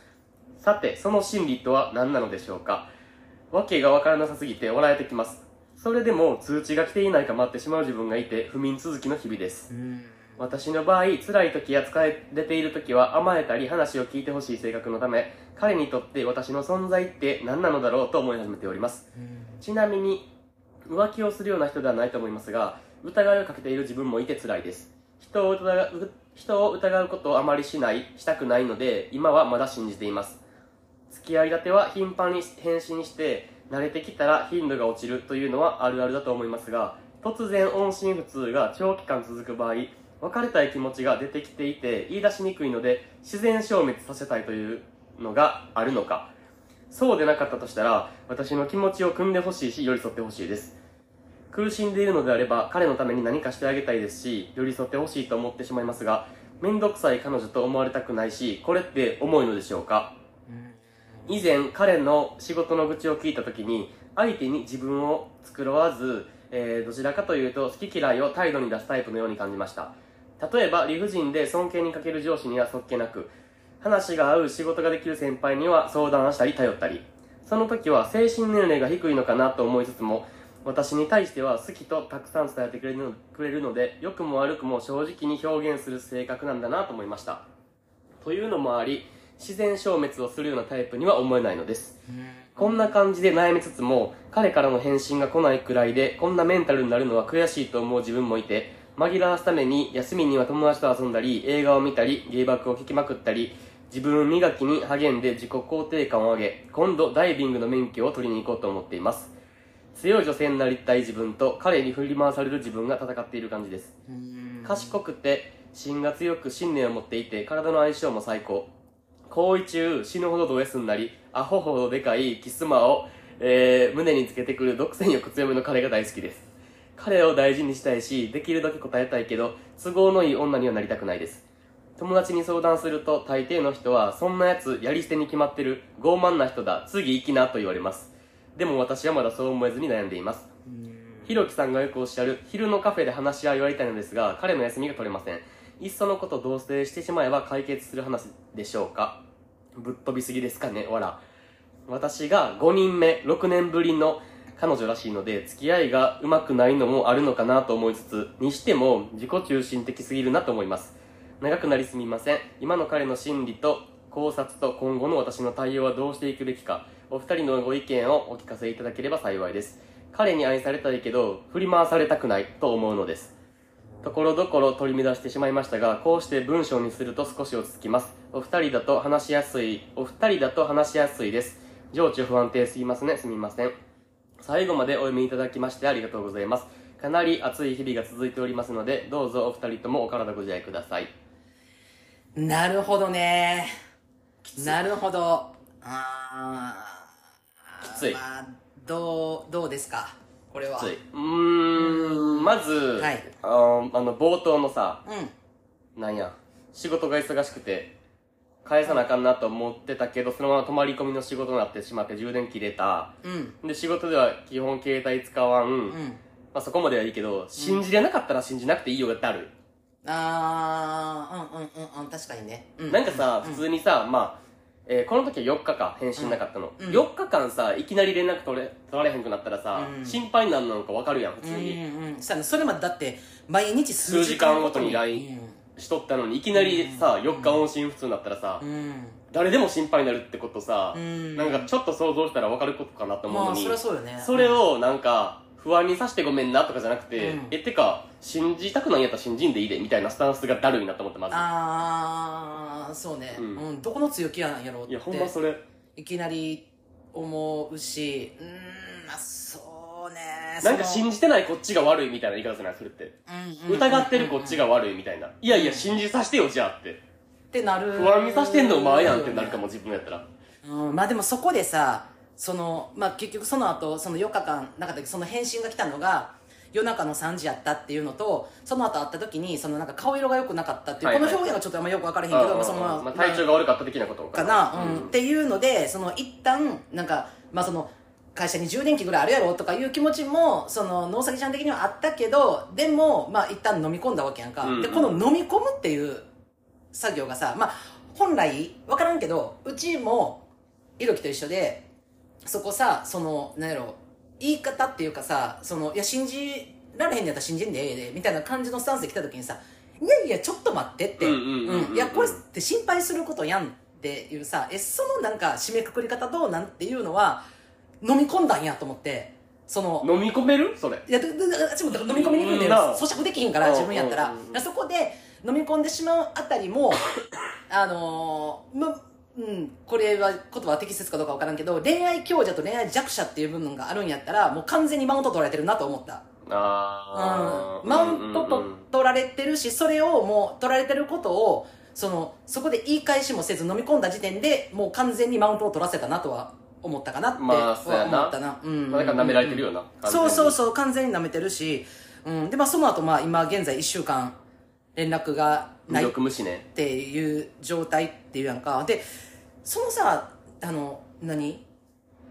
B: さてその心理とは何なのでしょうかわけがわからなさすぎて笑えてきますそれでも通知が来ていないか待ってしまう自分がいて不眠続きの日々で
A: う
B: す
A: ん。
B: 私の場合辛い時や疲れている時は甘えたり話を聞いてほしい性格のため彼にとって私の存在って何なのだろうと思い始めておりますちなみに浮気をするような人ではないと思いますが疑いをかけている自分もいて辛いです人を疑う人を疑うことをあまりしないしたくないので今はまだ信じています付き合い立ては頻繁に返信して慣れてきたら頻度が落ちるというのはあるあるだと思いますが突然音信不通が長期間続く場合別れたい気持ちが出てきていて言い出しにくいので自然消滅させたいというのがあるのかそうでなかったとしたら私の気持ちを汲んでほしいし寄り添ってほしいです苦しんでいるのであれば彼のために何かしてあげたいですし寄り添ってほしいと思ってしまいますが面倒くさい彼女と思われたくないしこれって重いのでしょうか以前彼の仕事の愚痴を聞いた時に相手に自分を繕わず、えーどちらかというと好き嫌いを態度に出すタイプのように感じました例えば理不尽で尊敬に欠ける上司にはそっけなく話が合う仕事ができる先輩には相談したり頼ったりその時は精神年齢が低いのかなと思いつつも私に対しては好きとたくさん伝えてくれるのくれるので良くも悪くも正直に表現する性格なんだなと思いましたというのもあり自然消滅をするようなタイプには思えないのですこんな感じで悩みつつも彼からの返信が来ないくらいでこんなメンタルになるのは悔しいと思う自分もいて紛らわすために休みには友達と遊んだり映画を見たり芸爆を聞きまくったり自分磨きに励んで自己肯定感を上げ今度ダイビングの免許を取りに行こうと思っています強い女性になりたい自分と彼に振り回される自分が戦っている感じです
A: うん。
B: 賢くて芯が強く信念を持っていて、体の相性も最高。行為中、死ぬほどド S になり、アホほどでかいキスマを、えー、胸につけてくる独占欲強めの彼が大好きです。彼を大事にしたいし、できるだけ答えたいけど、都合のいい女にはなりたくないです。友達に相談すると、大抵の人は、そんなやつ、やり捨てに決まってる、傲慢な人だ、次行きな、と言われます。でも私はまだそう思えずに悩んでいます。ひろきさんがよくおっしゃる昼のカフェで話し合いをやりたいのですが彼の休みが取れませんいっそのこと同棲してしまえば解決する話でしょうかぶっ飛びすぎですかねわら私が5人目6年ぶりの彼女らしいので付き合いがうまくないのもあるのかなと思いつつにしても自己中心的すぎるなと思います長くなりすみません今の彼の心理と考察と今後の私の対応はどうしていくべきかお二人のご意見をお聞かせいただければ幸いです彼に愛されたいけど振り回されたくないと思うのですところどころ取り乱してしまいましたがこうして文章にすると少し落ち着きますお二人だと話しやすいお二人だと話しやすいです情緒不安定すぎますねすみません最後までお読みいただきましてありがとうございますかなり暑い日々が続いておりますのでどうぞお二人ともお体ご自愛ください
A: なるほどねなるほどあー
B: きつい
A: まあ、どうどうですかこれは
B: ついうーんまず、
A: はい
B: あーあの冒頭のさ
A: うん
B: なんや、仕事が忙しくて、返さなあかんなと思ってたけど、そのまま泊まり込みの仕事になってしまって充電切れた。
A: うん
B: で、仕事では基本携帯使わん。
A: う
B: ま
A: ん
B: あそこまではいいけど、信じれなかったら信じなくていいよってある。
A: あーうんうんうんうん確かにね、う
B: なんかさ、
A: うん
B: 普通にさ、まあ、えーこの時は4日か、返信なかったの。
A: うんうん
B: 4日間さ、いきなり連絡取れ、取られへんくなったらさ、
A: うん
B: 心配になんのかわかるやん、普
A: う
B: 通
A: んう
B: に。
A: んうんさそれまでだって毎日数時間ごとに
B: 数時間ごとに LINE しとったのに、いきなりさ、4日音信不通になったらさ、
A: うんうん
B: 誰でも心配になるってことさ、
A: うん
B: なんかちょっと想像したら分かることかなと思う
A: ま
B: の
A: あ
B: に、
A: そりゃそうよね
B: それをなんか不安にさしてごめんなとかじゃなくて、
A: うん
B: えてか信じたくないんやったら信じんでいいでみたいなスタンスがだるいなと思ってま
A: ああそうね、
B: う
A: うんんどこの強気なんやろうっ
B: す
A: て
B: いやほんまそれ
A: いきなり思うしうーんまあそうね
B: なんか
A: その
B: 信じてないこっちが悪いみたいな言い方じゃないそれって、
A: うんうんうん
B: 疑ってるこっちが悪いみたいないやいや
A: うん
B: 信じさせてよじゃあって
A: ってなる
B: 不安にさしてんのお前やんってなるかも自分やったら
A: うん、まあでもそこでさその、まあ、結局その後その4日間なかったけどその返信が来たのが夜中の3時やったっていうのとその後会った時にそのなんか顔色が良くなかったっていう、
B: はいは
A: この
B: い
A: 表現がちょっとあんまよく分からへんけ
B: あ
A: どまあその
B: あまあ体調が悪かった的なこと
A: か
B: か
A: な、うん
B: うん
A: っていうのでその一旦なんかまあその会社に充電器ぐらいあるやろとかいう気持ちもその農作ちゃん的にはあったけどでもまあ一旦飲み込んだわけやんか、
B: うん
A: でこの飲み込むっていう作業がさまあ本来分からんけどうちもいろきと一緒でそこさそのなんやろ言い方っていうかさそのいや信じられへんのやったら信じんでええでみたいな感じのスタンスで来た時にさいやいやちょっと待ってって
B: うんうんうんうん
A: うんいやこれって心配することやんっていうさえそのなんか締めくくり方どうなんっていうのは飲み込んだんやと思ってその
B: 飲み込めるそれ
A: いやででで私もだから飲み込みに行くんだ
B: うん
A: よ
B: なあ
A: 咀嚼できひんから自分やったら
B: うんうんうん
A: だからそこで飲み込んでしまうあたり もあのーむうん、これは言葉は適切かどうかわからんけど恋愛強者と恋愛弱者っていう部分があるんやったらもう完全にマウント取られてるなと思った
B: あ
A: う
B: あ
A: んマウントと取られてるしそれをもう取られてることをそのそこで言い返しもせず飲み込んだ時点でもう完全にマウントを取らせたなとは思ったかなって
B: まあ
A: は
B: そうやな
A: 思ったなうん
B: まあだから舐められてるよな完全
A: そ
B: に
A: うそうそう完全に舐めてるし、うん、でまあその後まあ今現在1週間連絡がな
B: 魅
A: い
B: 力無視ね
A: っていう状態っていうやんかでそのさあの何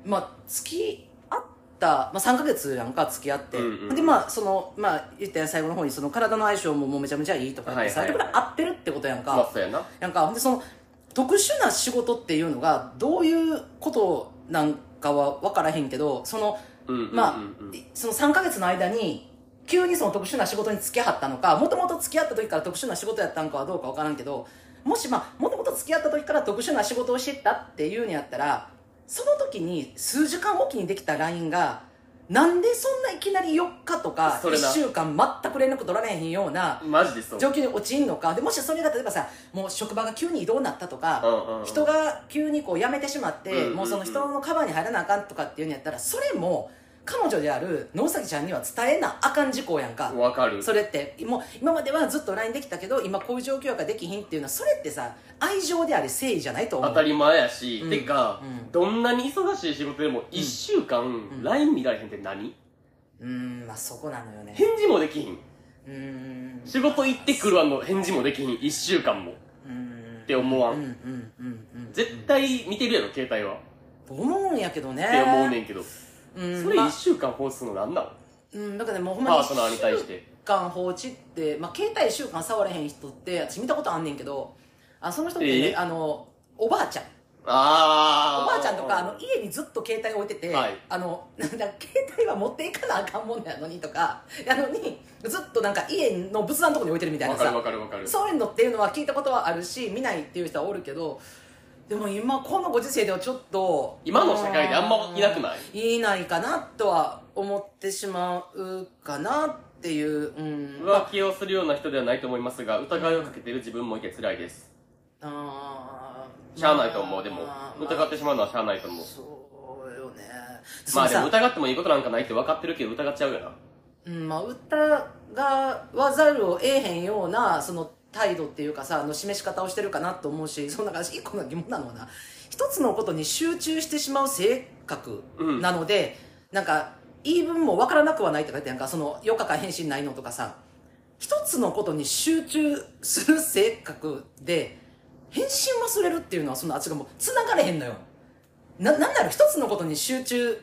A: まあ付き合った、まあ、3ヶ月やんか付き合って、
B: うんうんうん
A: でまあそのまあ言ったやん最後の方にその体の相性ももうめちゃめちゃいいとか言ってさ、
B: はいはいはい
A: でこれ合ってるってことやんか、
B: まあそうやな
A: なんかほんでその特殊な仕事っていうのがどういうことなんかは分からへんけどその
B: うんうんうんうん
A: まあ、その3ヶ月の間に、急にその特殊な仕事に付き合ったのか、もともと付き合った時から特殊な仕事やったのかはどうかわからんけど、もしまあ、もともと付き合った時から特殊な仕事をしてたっていうんやったら、その時に数時間おきにできた LINE が、なんでそんないきなり4日とか
B: それな
A: 1週間全く連絡取られへんような
B: マジでそう
A: 状況に陥るのかでもしそれが例えばさもう職場が急に異動になったとか、
B: うんうんうん
A: 人が急にこう辞めてしまって、
B: うんうんうん
A: もうその人のカバーに入らなあかんとかっていうんやったらそれも彼女である野崎ちゃんには伝えなあかん事項やんか
B: わかる。
A: それってもう今まではずっと LINE できたけど今こういう状況やからできひんっていうのはそれってさ愛情であり誠意じゃないと思う
B: 当たり前やし、
A: うん
B: てか、
A: うん
B: どんなに忙しい仕事でも1週間
A: ん
B: LINE 見られへんって何
A: うーんまあそこなのよね
B: 返事もできひん
A: うーん
B: 仕事行ってくるわの返事もできひん1週間もっ
A: うーん
B: て思わ
A: うん
B: ん
A: うんうんうん
B: 絶対見てるやろ携帯は
A: と思うんやけどね
B: って思うねんけど
A: うん
B: それ
A: まあ
B: 1週間放送のなんなの
A: うんだからねもうほんま
B: パ
A: に
B: ートナーに対して
A: 一週間放置って、まあ、携帯一週間触れへん人って私見たことあんねんけどあその人ってね、
B: え
A: あのおばあちゃん
B: あ
A: お
B: あ
A: ばあちゃんとかあの家にずっと携帯置いてて、
B: はい
A: あのなんだ携帯は持っていかなあかんもんなのにとかやのにずっとなんか家の仏壇のとこに置いてるみたい
B: わ
A: な
B: かるわ
A: さ
B: かるわかる
A: そういうのっていうのは聞いたことはあるし見ないっていう人はおるけどでも今このご時世ではちょっと
B: 今の社会であんまいなくない
A: いいないかなとは思ってしまうかなっていう、うんまあ
B: 浮気をするような人ではないと思いますが疑いをかけてる自分もいて辛いです
A: あー
B: しゃあないと思うでも
A: まあ
B: 疑ってしまうのはしゃあないと思う
A: そうよね
B: まあで
A: そ
B: も
A: のさ
B: 疑ってもいいことなんかないって分かってるけど疑っちゃうよな
A: うんまあ、疑わざるを得へんようなその態度っていうかさあの示し方をしてるかなと思うしその中で一個の疑問なのはな一つのことに集中してしまう性格
B: うん
A: なので、なんか言い分も分からなくはないって書いてあるやんかその4日間返信ないのとかさ一つのことに集中する性格で返信忘れるっていうのはそのあっちがもう繋がれへんのよななんなら一つのことに集中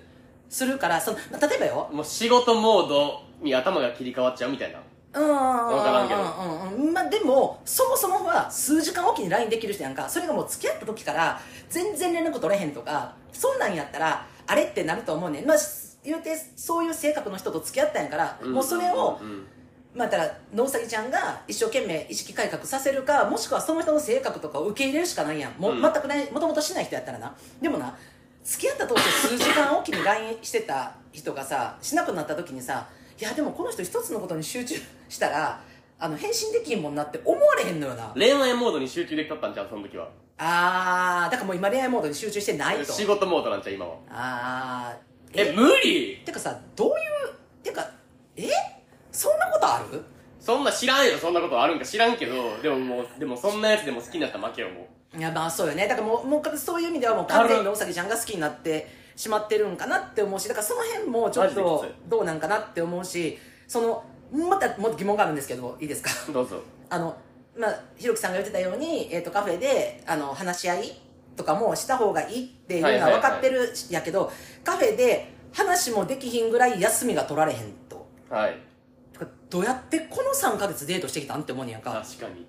A: するからその例えばよ
B: もう仕事モードに頭が切り替わっちゃうみたいな
A: うんうん
B: わからんけ
A: うんうんうんまあでもそもそもは数時間おきに LINE できる人やんかそれがもう付き合った時から全然連絡取れへんとかそんなんやったらあれってなると思うねんまあ言うてそういう性格の人と付き合ったんやから、もうそれを、
B: うん
A: まあ、だから野ウサギちゃんが一生懸命意識改革させるかもしくはその人の性格とかを受け入れるしかないやんも,、
B: うん
A: 全くないもともとしない人やったらなでもな付き合った当初数時間おきに LINE してた人がさしなくなった時にさいやでもこの人一つのことに集中したらあの返信できんもんなって思われへんのよな
B: 恋愛モードに集中できたったんじゃんその時は
A: あーだからもう今恋愛モードに集中してないと
B: 仕事モードなんじゃん今は
A: あー
B: え無理
A: てかさどういうてかえそんなことある
B: そんな知らんよそんなことあるんか知らんけどでももうでもそんなやつでも好きになったら負けよも
A: いやまあそうよねだからもうもうそういう意味ではもう完全におさぎちゃんが好きになってしまってるんかなって思うしだからその辺もちょっ
B: マ
A: と
B: ジでき
A: どうなんかなって思うしそのまたもっと疑問があるんですけどいいですか
B: うどうぞ
A: あのまあひろきさんが言ってたように、えー、とカフェであの話し合いとかもした方がいいっていうのは分かってるしやけどカフェで話もできひんぐらい休みが取られへんと
B: はい
A: てかどうやってこの3ヶ月デートしてきたんって思うねやんか
B: 確かに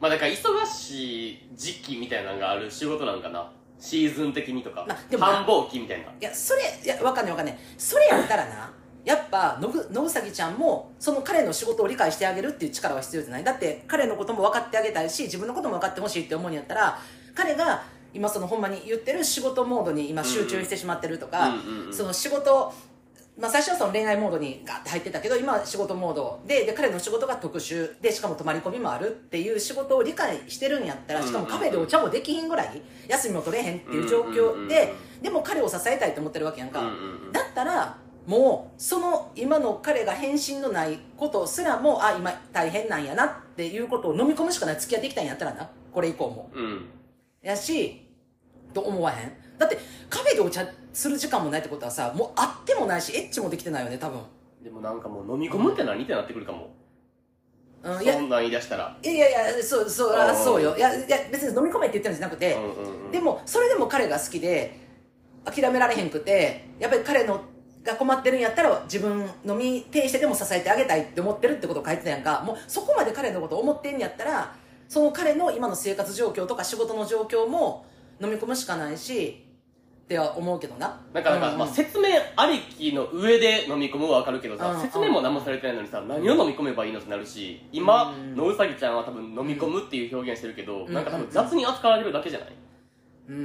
B: まあだから忙しい時期みたいなのがある仕事なんかなシーズン的にとか
A: まあでも
B: 繁忙期みたいない
A: やそれいやわかんないわかんないそれやったらなやっぱのぐのうさぎちゃんもその彼の仕事を理解してあげるっていう力は必要じゃないだって彼のことも分かってあげたいし自分のことも分かってほしいって思うんやったら彼が今そのほんまに言ってる仕事モードに今集中してしまってるとか、
B: うんうんうん
A: その仕事まあ、最初はその恋愛モードにガッて入ってたけど今は仕事モードでで彼の仕事が特殊でしかも泊まり込みもあるっていう仕事を理解してるんやったらしかもカフェでお茶もできひんぐらい休みも取れへんっていう状況
B: うんうんうん
A: ででも彼を支えたいと思ってるわけやん
B: う
A: か、
B: んうん
A: だったらもうその今の彼が返信のないことすらもあ今大変なんやなっていうことを飲み込むしかない付き合っていきたいんやったらなこれ以降も
B: うんうん
A: やしと思わへんだってカフェでお茶する時間もないってことはさもう会ってもないしエッチもできてないよね多分、
B: でもなんかもう飲み込むって何ってなってくるかも
A: うん、いや
B: そんなん言い出したら
A: いやいやそうそう
B: あ
A: あ
B: ー
A: そうよいやいや別に飲み込めって言ってるんじゃなくて、
B: うんうんうん
A: でもそれでも彼が好きで諦められへんくてやっぱり彼のが困ってるんやったら自分の身呈してでも支えてあげたいって思ってるってことを書いてたやんかもうそこまで彼のことを思ってんやったらその彼の今の生活状況とか仕事の状況も飲み込むしかないしっては思うけどな
B: なんかなんか、
A: うんうん
B: まあ、説明ありきの上で飲み込むはわかるけどさ、
A: うんうん
B: 説明も何もされてないのにさ、何を飲み込めばいいのってなるし今、
A: うん
B: のうさぎちゃんは多分飲み込むっていう表現してるけど、
A: うん
B: なんか多分雑に扱われてるだけじゃない、
A: うんう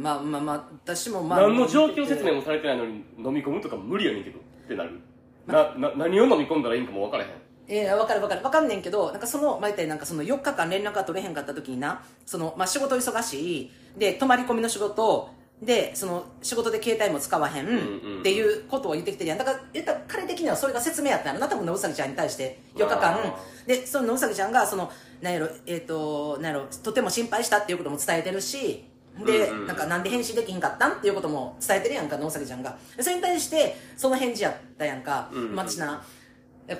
A: んまあまあまあ私もまあ
B: 何の状況説明もされてないのに飲み込むとか無理やねんけどってなる、なな何を飲み込んだらいいんかもわからへん
A: いやいや分かる分かる分かんねんけどなんかその毎回なんかその4日間連絡が取れへんかった時になその、まあ、仕事忙しいで泊まり込みの仕事でその仕事で携帯も使わへん
B: うん
A: っていうことを言ってきてるやんだから言ったら彼的にはそれが説明やったんやろな多分野うさぎちゃんに対して4日間
B: あ
A: でその野うさぎちゃんがそのなんやろえっ、となんやろとても心配したっていうことも伝えてるしで、
B: うんうん
A: なんかなんで返信できひんかったんっていうことも伝えてるやんか野うさぎちゃんがでそれに対してその返事やったやんか、
B: うんうん
A: マチナ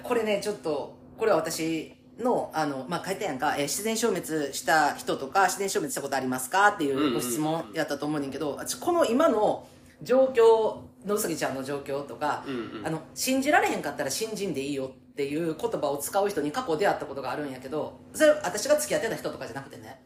A: これねちょっとこれは私のあの、まあ、書いたやんか、えー自然消滅した人とか自然消滅したことありますかってい
B: うんうん
A: うご質問やったと思うねんけど、あちょこの今の状況野うさぎちゃんの状況とか、
B: うんうん
A: あの信じられへんかったら信じんでいいよっていう言葉を使う人に過去出会ったことがあるんやけどそれ私が付き合ってた人とかじゃなくてね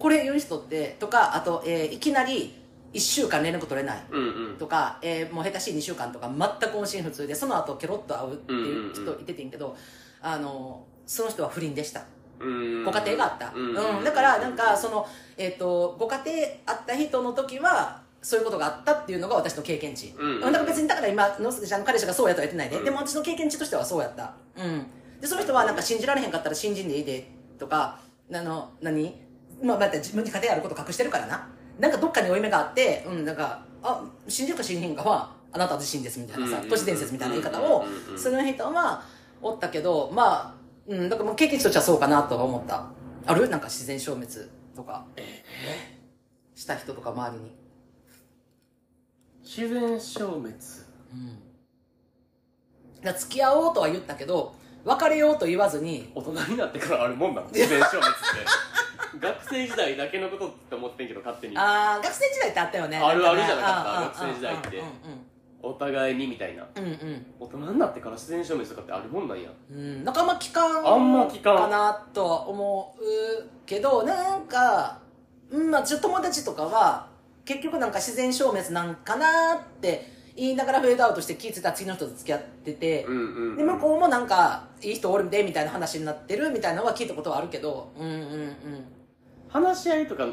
A: これ言う人ってとかあと、えーいきなり1週間連絡取れない
B: うんうん
A: とか、えーもう下手しい2週間とか全く音信不通でその後ケロッと会うっていう人いててんけど、あのその人は不倫でした
B: うん
A: ご家庭があった、
B: う
A: うんんだからなんかその、えっとご家庭あった人の時はそういうことがあったっていうのが私の経験値、
B: うん
A: だから別にだから今のすけちゃんの彼氏がそうやとは言ってないで、
B: うん
A: でも私の経験値としてはそうやった、うん、でその人はなんか信じられへんかったら信じんでいいでとかあの何まあだって自分に家庭あること隠してるからななんかどっかに負い目があってうんなんかあ信じるか信じへんかはあなた自身ですみたいなさ、
B: うん
A: 都市伝説みたいな言い方を
B: うんうんうん
A: する人はおったけどまあうんだからもう経験値としてはそうかなとは思ったあるなんか自然消滅とかした人とか周りに
B: 自然消
A: う
B: 滅
A: んだから付き合おうとは言ったけど別れようと言わずに
B: 大人になってからあるもんなの自然消滅って学生時代だけのことって思ってんけど勝手に
A: あー学生時代ってあったよね
B: あるあるじゃな
A: ね
B: かった
A: うんうん
B: 学生時代って
A: う
B: お互いにみたいなん
A: うんうん
B: 大人になってから自然消滅とかってあるもんなんや
A: うん、なんかあんま聞かん
B: あんま聞かん
A: かなとは思うけどなんか、うんまあ、ちょっと友達とかは結局なんか自然消滅なんかなって言いながらフェードアウトして聞いてた次の人と付き合ってて、
B: うんうんうん
A: で向こうもなんかいい人おるんでみたいな話になってるみたいなのは聞いたことはあるけどうんうんうん
B: 話し合いとか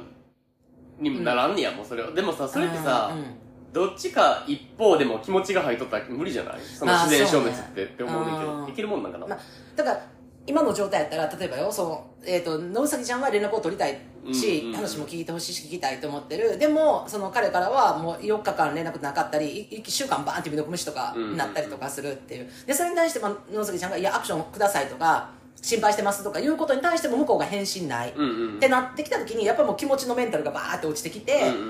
B: にもならんねや、もうそれはでもさそれってさ、
A: うんうん
B: どっちか一方でも気持ちが入っとったら無理じゃないその
A: まあ
B: 自然消滅って、
A: そうね
B: って思うねんけ
A: う
B: ど
A: ん
B: できるもんなんかな、
A: まあだから今の状態やったら例えばよその、えー、と野崎ちゃんは連絡を取りたいし、
B: うんうんうん
A: 話も聞いてほしいし聞きたいと思ってるでもその彼からはもう4日間連絡なかったりい1週間バーンって未読無視とか
B: うんうんうん
A: なったりとかするっていうでそれに対してまあ野崎ちゃんが「いやアクションください」とか「心配してます」とかいうことに対しても向こうが返信ない、
B: うんうん
A: ってなってきた時にやっぱりもう気持ちのメンタルがバーって落ちてきて、
B: うん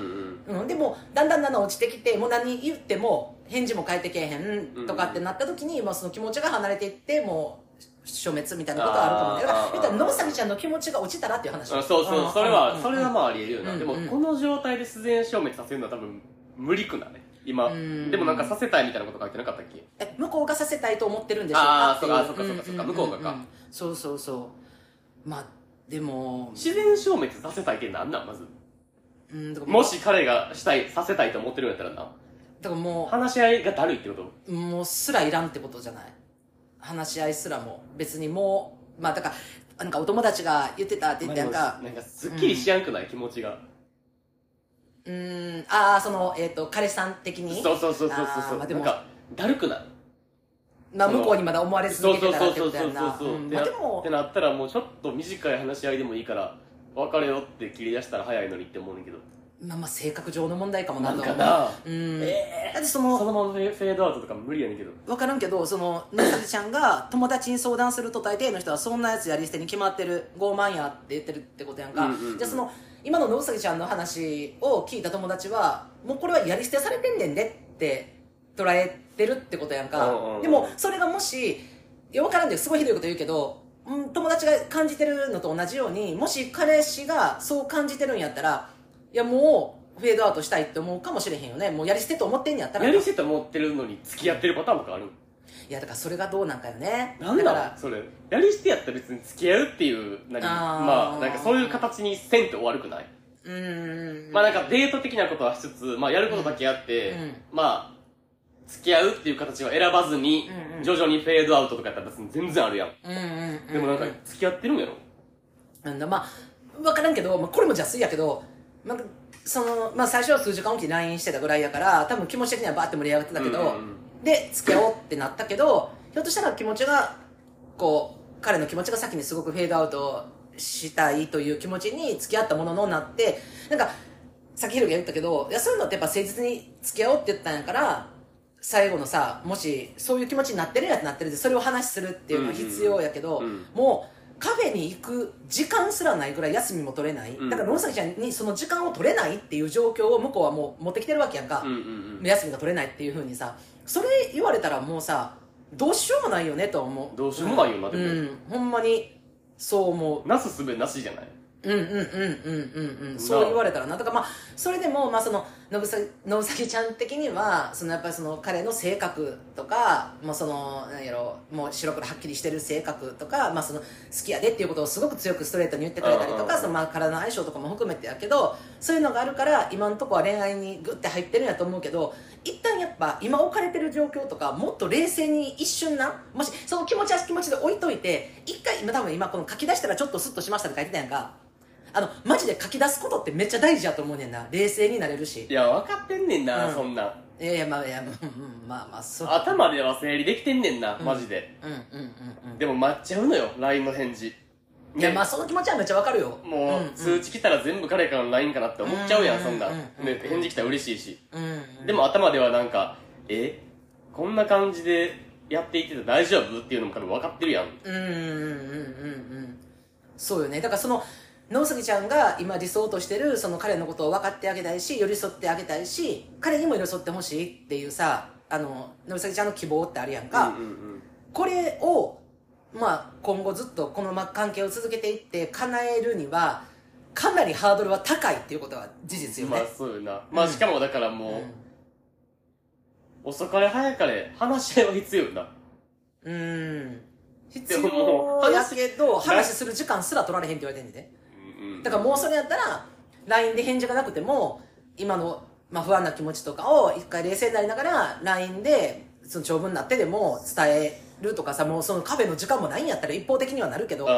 B: うん
A: うん、でもだんだんだんだん落ちてきてもう何言っても返事も返ってけえへ
B: うん
A: んとかってなった時に、まあ、その気持ちが離れていってもう消滅みたいなことはあると思うんだよだ
B: あー
A: から言ったら野崎ちゃんの気持ちが落ちたらっていう話
B: あそうそう、
A: ん
B: それは、
A: ん
B: それはまあありえるよな、
A: うん
B: でも
A: うん
B: この状態で自然消滅させるのは多分無理くない今、
A: うん
B: でもなんかさせたいみたいなこと書いてなかったっけ
A: え向こうがさせたいと思ってるんでしょう
B: あー
A: かっていう
B: そうかそうかそうかそうか
A: んんん
B: 向こうがか
A: んそうそうそうまあでも
B: 自然消滅させたいってなんなんまず
A: うんだから
B: もし彼がしたいさせたいと思ってるんやったらな
A: だからも
B: 話し合いがだるいってこと
A: うもうすらいらんってことじゃない話し合いすらも別にもうまあだからなんかお友達が言ってたって言ってなん
B: まあ
A: か
B: でもなんかすっきりしやんくない、気持ちが
A: うーんああそのえっ、と彼氏さん的に
B: そうそうそうそうそう
A: あー
B: そう、
A: まあで
B: なん
A: も
B: かだるくない
A: まあ
B: その
A: 向こうにまだ思われ
B: そ
A: 続
B: う
A: け
B: そ
A: て
B: う
A: たら
B: そう
A: って
B: そ
A: ことやなうん
B: うそうんそうそう、で
A: まあでも
B: なってなったらもうちょっと短い話し合いでもいいから別れようって切り出したら早いのにって思うねんだけど
A: まあまあ性格上の問題かもな
B: な
A: とは
B: ん
A: 思
B: か
A: うう
B: な
A: ん
B: え
A: だってそ
B: ーそ
A: の
B: のままフェフェードアウトとか無理やねんけど
A: 分からんけどその野崎ちゃんが友達に相談すると大抵の人はそんなやつやり捨てに決まってる傲慢やって言ってるってことやんか、
B: うんうんうん
A: じゃあその今の野崎ちゃんの話を聞いた友達はもうこれはやり捨てされてんねんでって捉えてるってことやんか、
B: うんうんうん
A: でもそれがもしよくからんですごいひどいこと言うけど、うん、友達が感じてるのと同じようにもし彼氏がそう感じてるんやったらいやもうフェードアウトしたいって思うかもしれへんよねもうやり捨てと思ってんねやったら
B: やりしてと思ってるのに付き合ってるパターンとかある
A: いやだからそれがどうなんかよね
B: なん
A: だか
B: だ
A: ら
B: それやりしてやったら別に付き合うっていう何
A: あー
B: まあなんかそういう形にせんと悪くない、
A: うーん
B: まあなんかデート的なことはしつつ、まあ、やることだけやって、
A: うん
B: まあ付き合うっていう形を選ばずに、
A: うんうん
B: 徐々にフェードアウトとかやったら別に全然あるやん、
A: うんうんうん
B: でもなんか付き合ってるんやろ
A: なんだまあ分からんけど、まあ、これも邪推やけどなんかその、まあ、最初は数時間おきに LINE してたぐらいやから多分気持ち的にはバーって盛り上がってたけど、
B: うんうん
A: で付き合おうってなったけどひょっとしたら気持ちがこう彼の気持ちが先にすごくフェードアウトしたいという気持ちに付き合ったもののなってなんかさっきひろきが言ったけど、いや、そういうのってやっぱ誠実に付き合おうって言ったんやから、最後のさ、もし、そういう気持ちになってるやつなってるで、それを話するっていうのは必要やけど、
B: うんうんうん
A: もう、カフェに行く時間すらないぐらい休みも取れない。
B: うん
A: だから、野崎ちゃんにその時間を取れないっていう状況を向こうはもう持ってきてるわけやんか。
B: うんうん
A: 休みが取れないっていうふうにさ、それ言われたらもうさ、どうしようもないよねとは思う。
B: どうしようもないよなで
A: うん、
B: も
A: ほんまに、そう思う
B: うん。。なすすべなしじゃない
A: うんうんうんうんうんうんそう言われたらなとかまあそれでもまあその信さ信崎ちゃん的にはそのやっぱりその彼の性格とかもうそのなんやろもう白黒はっきりしてる性格とかまあその好きやでっていうことをすごく強くストレートに言ってくれたり
B: うん
A: と
B: うんうん
A: かそのまあ体の相性とかも含めてやけどそういうのがあるから今のとこは恋愛にグッて入ってるんやと思うけど一旦やっぱ今置かれてる状況とかもっと冷静に一瞬なもしその気持ちは気持ちで置いといて一回今多分今この書き出したらちょっとスッとしましたって書いてたやんかあのマジで書き出すことってめっちゃ大事やと思うねんな冷静になれるし
B: いや分かってんねんな、
A: うん
B: そんなん
A: いやいやまあいやうんうんまあまあそう
B: 頭では整理できてんねんな、
A: うん
B: マジで
A: うんうんうんうん
B: でも待っちゃうのよ LINE の返事
A: いや
B: ね
A: まあその気持ちはめっちゃわかるよ
B: もう、
A: んん
B: 通知来たら全部彼からの LINE かなって思っちゃうやん、
A: うん
B: そんなん、
A: うんうん
B: ね返事来たら嬉しいし、
A: うんうん
B: でも頭ではなんかえこんな感じでやっていってたら大丈夫っていうのも多分分かってるやん
A: うんうんうんうんうんそうよねだからその野崎ちゃんが今理想としてるその彼のことを分かってあげたいし寄り添ってあげたいし彼にも寄り添ってほしいっていうさあの野崎ちゃんの希望ってあるやんか、
B: うんうんうん
A: これを、まあ、今後ずっとこのまま関係を続けていって叶えるにはかなりハードルは高いっていうことは事実よ
B: ま
A: ね
B: あ、そうよなまあ
A: うん
B: しかもだから
A: うん
B: もう、遅かれ早かれ話し合いは必要よな
A: うん必
B: でも
A: 要やけど話する時間すら取られへんって言われてんねんで
B: うんうん
A: だからもうそれやったら LINE で返事がなくても今の、まあ、不安な気持ちとかを一回冷静になりながら LINE でその長文になってでも伝えるとかさもうそのカフェの時間もないんやったら一方的にはなるけど、
B: うん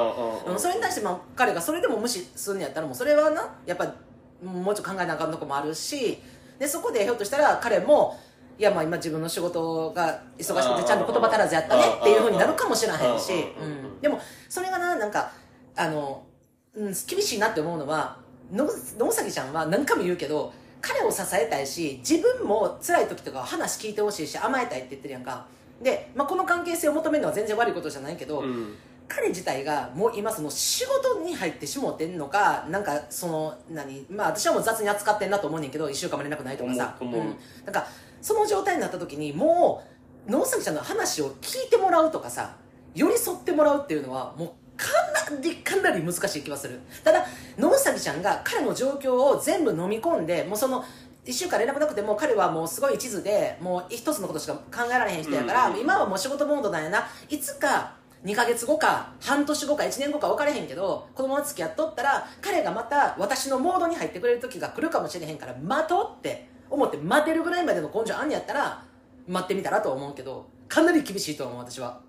B: うん
A: うんそれに対してまあ彼がそれでも無視するんやったらもうそれはなやっぱもうちょっと考えなあかんとこもあるしでそこでひょっとしたら彼もいやまあ今自分の仕事が忙しくてちゃんと言葉足らずやったねっていうふうになるかもしれへんし、
B: うんうんうん
A: うんでもそれがななんかあの、うん、厳しいなって思うのは野野崎ちゃんは何回も言うけど彼を支えたいし自分も辛い時とかは話聞いてほしいし甘えたいって言ってるやんかで、まあ、この関係性を求めるのは全然悪いことじゃないけど、
B: うん
A: 彼自体がもう今その仕事に入ってしもうてんのかなんかその何まあ私はもう雑に扱ってんなと思うねんけど1週間も連絡ないとかさ、
B: 思う思うん
A: なんかその状態になった時にもう野崎ちゃんの話を聞いてもらうとかさ寄り添ってもらうっていうのはもうかなりかなり難しい気はするただ野崎ちゃんが彼の状況を全部飲み込んでもうその1週間連絡なくても彼はもうすごい一途でもう一つのことしか考えられへん人やから、
B: うん
A: 今はもう仕事モードなんやないつか2ヶ月後か半年後か1年後か分からへんけどこのまま付き合っとったら彼がまた私のモードに入ってくれる時が来るかもしれへんから待とうって思って待てるぐらいまでの根性あんねやったら待ってみたらとは思うけどかなり厳しいと思う私は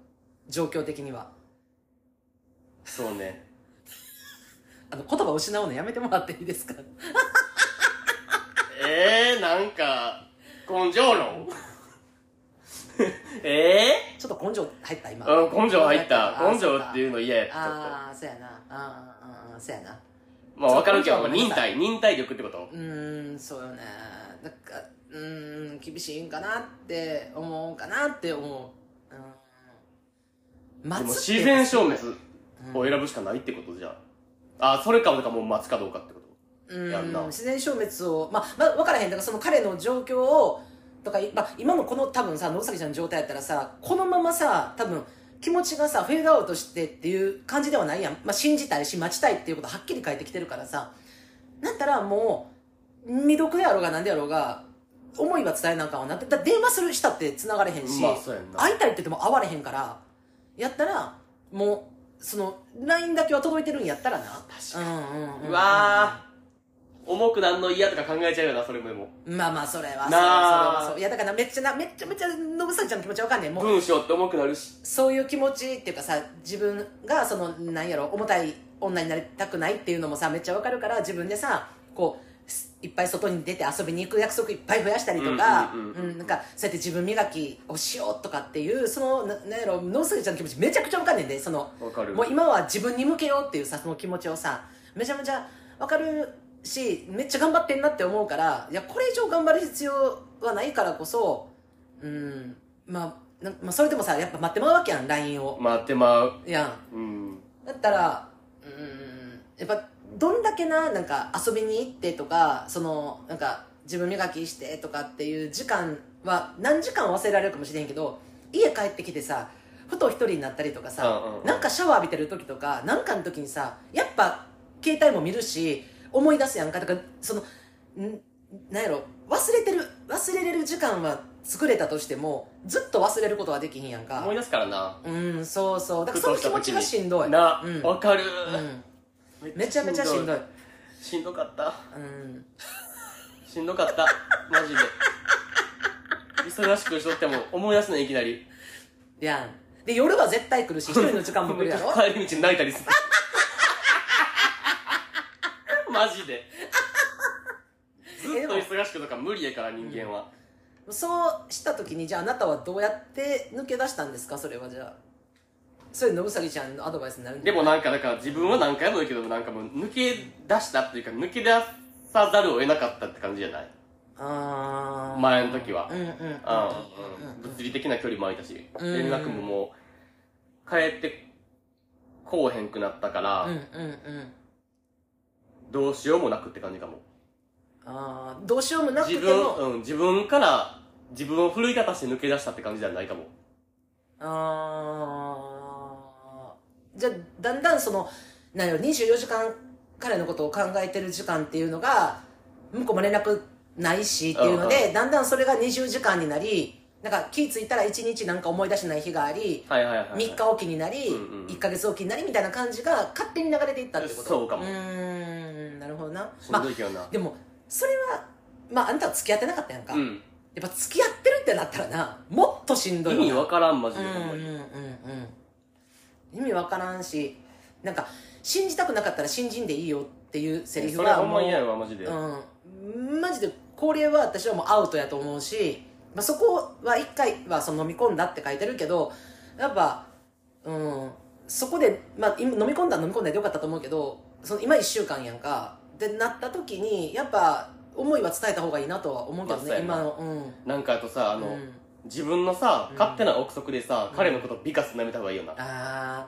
A: 状況的には
B: そうね
A: あの言葉失うのやめてもらっていいですか
B: えー、なんか根性論 ええー
A: ちょっと根性入った今
B: うん、根性入った。
A: あ
B: 根性っていうの嫌やった。ちょっ
A: ああそうやなあーあーあーそうやな
B: とまあ、わかるけど、
A: そう
B: まあ忍耐、忍耐力ってこと
A: うーんそうよねなんかうーん厳しいんかなって思うかなって思ううん
B: で
A: 待
B: も
A: つって
B: 自然消滅を選ぶしかないってことじゃん。あ、それか、だからもう待つかどうかってこと。
A: うん
B: やんな
A: 自然消滅をまあ、まあ、分からへんだからその彼の状況をとか、いまあ、今のこの多分さ野崎ちゃんの状態やったらさこのままさ多分気持ちがさフェードアウトしてっていう感じではないやん、まあ、信じたいし待ちたいっていうことはっきり書いてきてるからさだったらもう未読であろうが何であろうが思いは伝えなんかはなってだから電話するしたって繋がれへんし、
B: まあ、そうやんな。
A: 会いたいって言っても会われへんからやったらもうその LINE だけは届いてるんやったらなう
B: 確
A: んうんうんうん
B: うわー、重くなんの嫌とか考えちゃうよな、それもでも。
A: まあまあそれはそれ
B: なあ
A: はそういやだからめっちゃなめっちゃめちゃ信崎ちゃんの気持ちわかんねんもう
B: 文章って重くなるし。
A: そういう気持ちっていうかさ自分がそのなんやろ重たい女になりたくないっていうのもさめっちゃわかるから自分でさこうすいっぱい外に出て遊びに行く約束いっぱい増やしたりとか
B: うんうんうん
A: うんなんかそうやって自分磨きをしようとかっていうそのななんやろ野崎ちゃんの気持ちめちゃくちゃわかんねんでその
B: わかる。
A: もう今は自分に向けようっていうさその気持ちをさめちゃめちゃわかるしめっちゃ頑張ってんなって思うからいやこれ以上頑張る必要はないからこそうんまあなまあそれでもさやっぱ待ってまうわけやん LINE を
B: 待ってまう。
A: やん
B: うん。
A: だったらうーんやっぱどんだけななんか遊びに行ってとかそのなんか自分磨きしてとかっていう時間は何時間忘れられるかもしれんけど家帰ってきてさふと一人になったりとかさ、
B: うんうんうん
A: なんかシャワー浴びてる時とかなんかの時にさやっぱ携帯も見るし思い出すやんかだからそのんなんやろ忘れてる忘れれる時間は作れたとしてもずっと忘れることはできひんやんか
B: 思い出すからな。
A: うんそうそうだからその気持ちがしんどい
B: な
A: う、ん
B: わかる。
A: うんめちゃめちゃしんどい。
B: しんどかった。
A: うん
B: しんどかった。マジで。忙しくしとっても思い出すね、いきなり。
A: いやんで夜は絶対 来るし一人の時間も来るやろ
B: 帰り道に泣いたりする。マジで。ずっと忙しくとか無理やから、人間は。
A: そうした時にじゃああなたはどうやって抜け出したんですかそれはじゃあそれのぶさぎちゃんのアドバイスになるん
B: でも
A: な
B: なんか、だから自分は何回も言うけど、なんかもう抜け出したっていうか、抜け出さざるを得なかったって感じじゃない
A: あー
B: 前の時は
A: うんうんうんうん
B: うん、物理的な距離も空いたし、
A: うん
B: 連絡ももう、帰ってこうへんくなったから、
A: うんうんうん
B: どうしようもなくって感じかも。
A: あーどうしようもなくて
B: 自
A: も
B: 分、うん、自分から、自分を奮い立たして抜け出したって感じじゃないかも。
A: あーじゃあだんだんそのなんやろ24時間彼のことを考えてる時間っていうのが向こうも連絡ないしっていうの
B: うん
A: で、だんだんそれが20時間になりなんか気付いたら1日なんか思い出しない日があり
B: はいはいはい、はい。
A: 3日おきになり、
B: うんうん
A: 1ヶ月おきになりみたいな感じが勝手に流れていったってこと
B: そうかも
A: うーんなるほどな
B: しん
A: ま
B: どいけどな
A: あ。でもそれはまああんたは付き合ってなかったやんか、
B: う
A: や
B: ん。
A: っぱ付き合ってるってなったらなもっとしんどい
B: 意
A: よな
B: 味わからん、マジ
A: う
B: で。
A: ん
B: ほんま
A: うん
B: に
A: うんうん意味わからんしなんか信じたくなかったら信じんでいいよっていうセリフ
B: それ
A: が
B: ほん
A: も
B: ま
A: う
B: 嫌やわ、マジで。
A: うん、マジでこれは私はもうアウトやと思うし、まあ、そこは一回はその飲み込んだって書いてるけどやっぱ、うん、そこで、まあ、今飲み込んだら飲み込んだらよかったと思うけどその今1週間やんかってなった時にやっぱ思いは伝えた方がいいなとは思うけど
B: まあ
A: ね
B: そうやな
A: 今のうん
B: なんかあとさ、あの、
A: うん
B: 自分のさ、
A: うん
B: 勝手な憶測でさ、
A: うん
B: 彼のこと美化すなめた方がいいよな。
A: ああ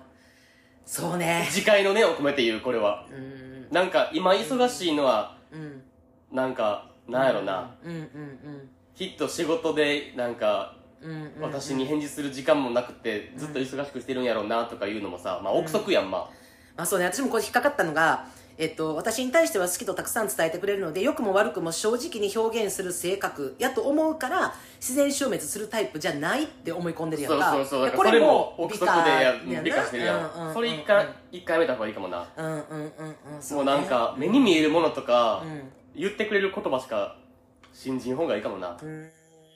A: そうね
B: 次回のねを込めて言う、これは。
A: うん
B: なんか、今忙しいのは、
A: うん
B: なんか、なんやろな。
A: うんうん
B: きっと仕事でなんか
A: うんうんうん
B: 私に返事する時間もなくてずっと忙しくしてるんやろうなとかいうのもさまあ憶測やんま
A: まあそうね私もこれ引っかかったのがえっと、私に対しては好きとたくさん伝えてくれるので良くも悪くも正直に表現する性格やと思うから自然消滅するタイプじゃないって思い込んでるや
B: そ
A: ん
B: う
A: か
B: そうそうだ
A: で
B: からそれも
A: 美
B: 憶
A: 化
B: 測でや
A: な
B: 美化してるや
A: うんうんうん
B: んそれ一回一回やめた方がいいかもな
A: うんうんうんうんそ
B: もう
A: ね
B: なんか目に見えるものとか
A: うん
B: 言ってくれる言葉しか信じん方がいいかもな
A: う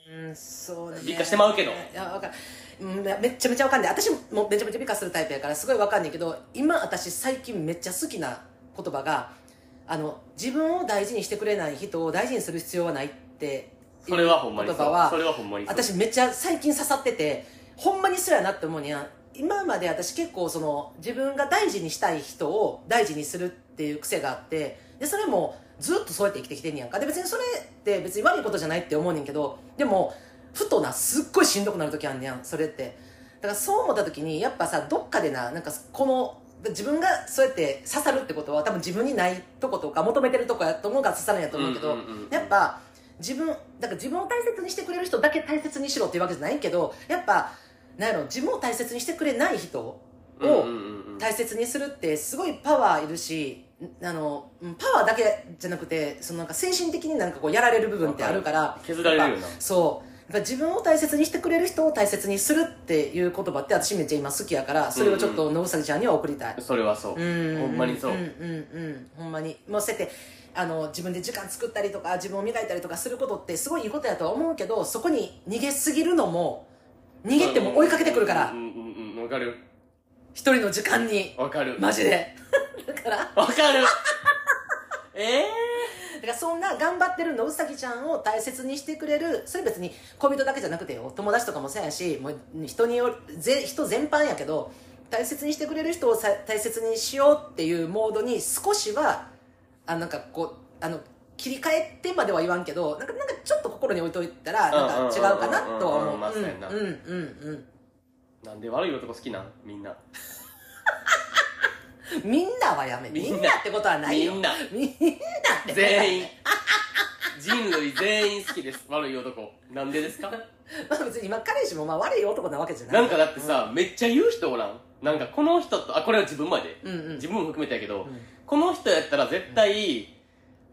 A: ーんそうね
B: 美化してまうけど
A: いやわかるうんめっちゃめちゃわかんない私もめちゃめちゃ美化するタイプやからすごいわかんないけど今私最近めっちゃ好きな言葉があの自分を大事にしてくれない人を大事にする必要はないっていう
B: それはほんまにそう
A: 言葉は
B: それはほんまにそう
A: 私めっちゃ最近刺さっててほんまにそうやなって思うにゃ今まで私結構その自分が大事にしたい人を大事にするっていう癖があってでそれもずっとそうやって生きてきてんねやんかで別にそれって別に悪いことじゃないって思うねんけどでもふとなすっごいしんどくなる時あんねやんそれってだからそう思った時にやっぱさどっかでななんかこの自分がそうやって刺さるってことは多分自分にないとことか求めてるとこやと思うから刺さるんやと思うけど、
B: うんうんうんうん
A: やっぱ自分だから自分を大切にしてくれる人だけ大切にしろっていうわけじゃないけどやっぱなんやろ自分を大切にしてくれない人を
B: うんうんうんうん
A: 大切にするってすごいパワーいるしんあのうんパワーだけじゃなくてそのなんか精神的になんかこうやられる部分ってあるから
B: 削られるよな
A: やっぱそうやっぱ自分を大切にしてくれる人を大切にするっていう言葉って私めっちゃ今好きやからそれをちょっと野崎ちゃんには送りたい、
B: それはそうほんまにそう
A: うんうんうんほんまにもうそうやってあの自分で時間作ったりとか自分を磨いたりとかすることってすごいいいことやとは思うけどそこに逃げすぎるのも逃げても追いかけてくるから
B: うんうんうんうんわかる
A: 一人の時間に
B: わかる
A: マジで だからだ
B: わかるええ
A: からそんな頑張ってるのうさぎちゃんを大切にしてくれるそれ別に恋人だけじゃなくてよ友達とかもそうやしもう人によるぜ人全般やけど大切にしてくれる人をさ大切にしようっていうモードに少しはあなんかこうあの切り替えてまでは言わんけどなんかなんかちょっと心に置いといたら
B: うんうんうん
A: なん
B: うん
A: か違うかなとは思う
B: うんまあそうやな
A: うんうんうん
B: なんで悪い男好きなんみんな。
A: うんみんなはやめ
B: み
A: み
B: んなん
A: なってことはない
B: み
A: よ
B: んな。
A: みんなって
B: 全員。人類全員好きです。悪い男。なんでですか
A: まあ別に今彼氏もまあ悪い男なわけじゃない
B: なんかだってさ、めっちゃ言う人おらんなんかこの人と、あ、これは自分まで。
A: うんうん
B: 自分も含めてやけど、
A: うん
B: この人やったら絶対、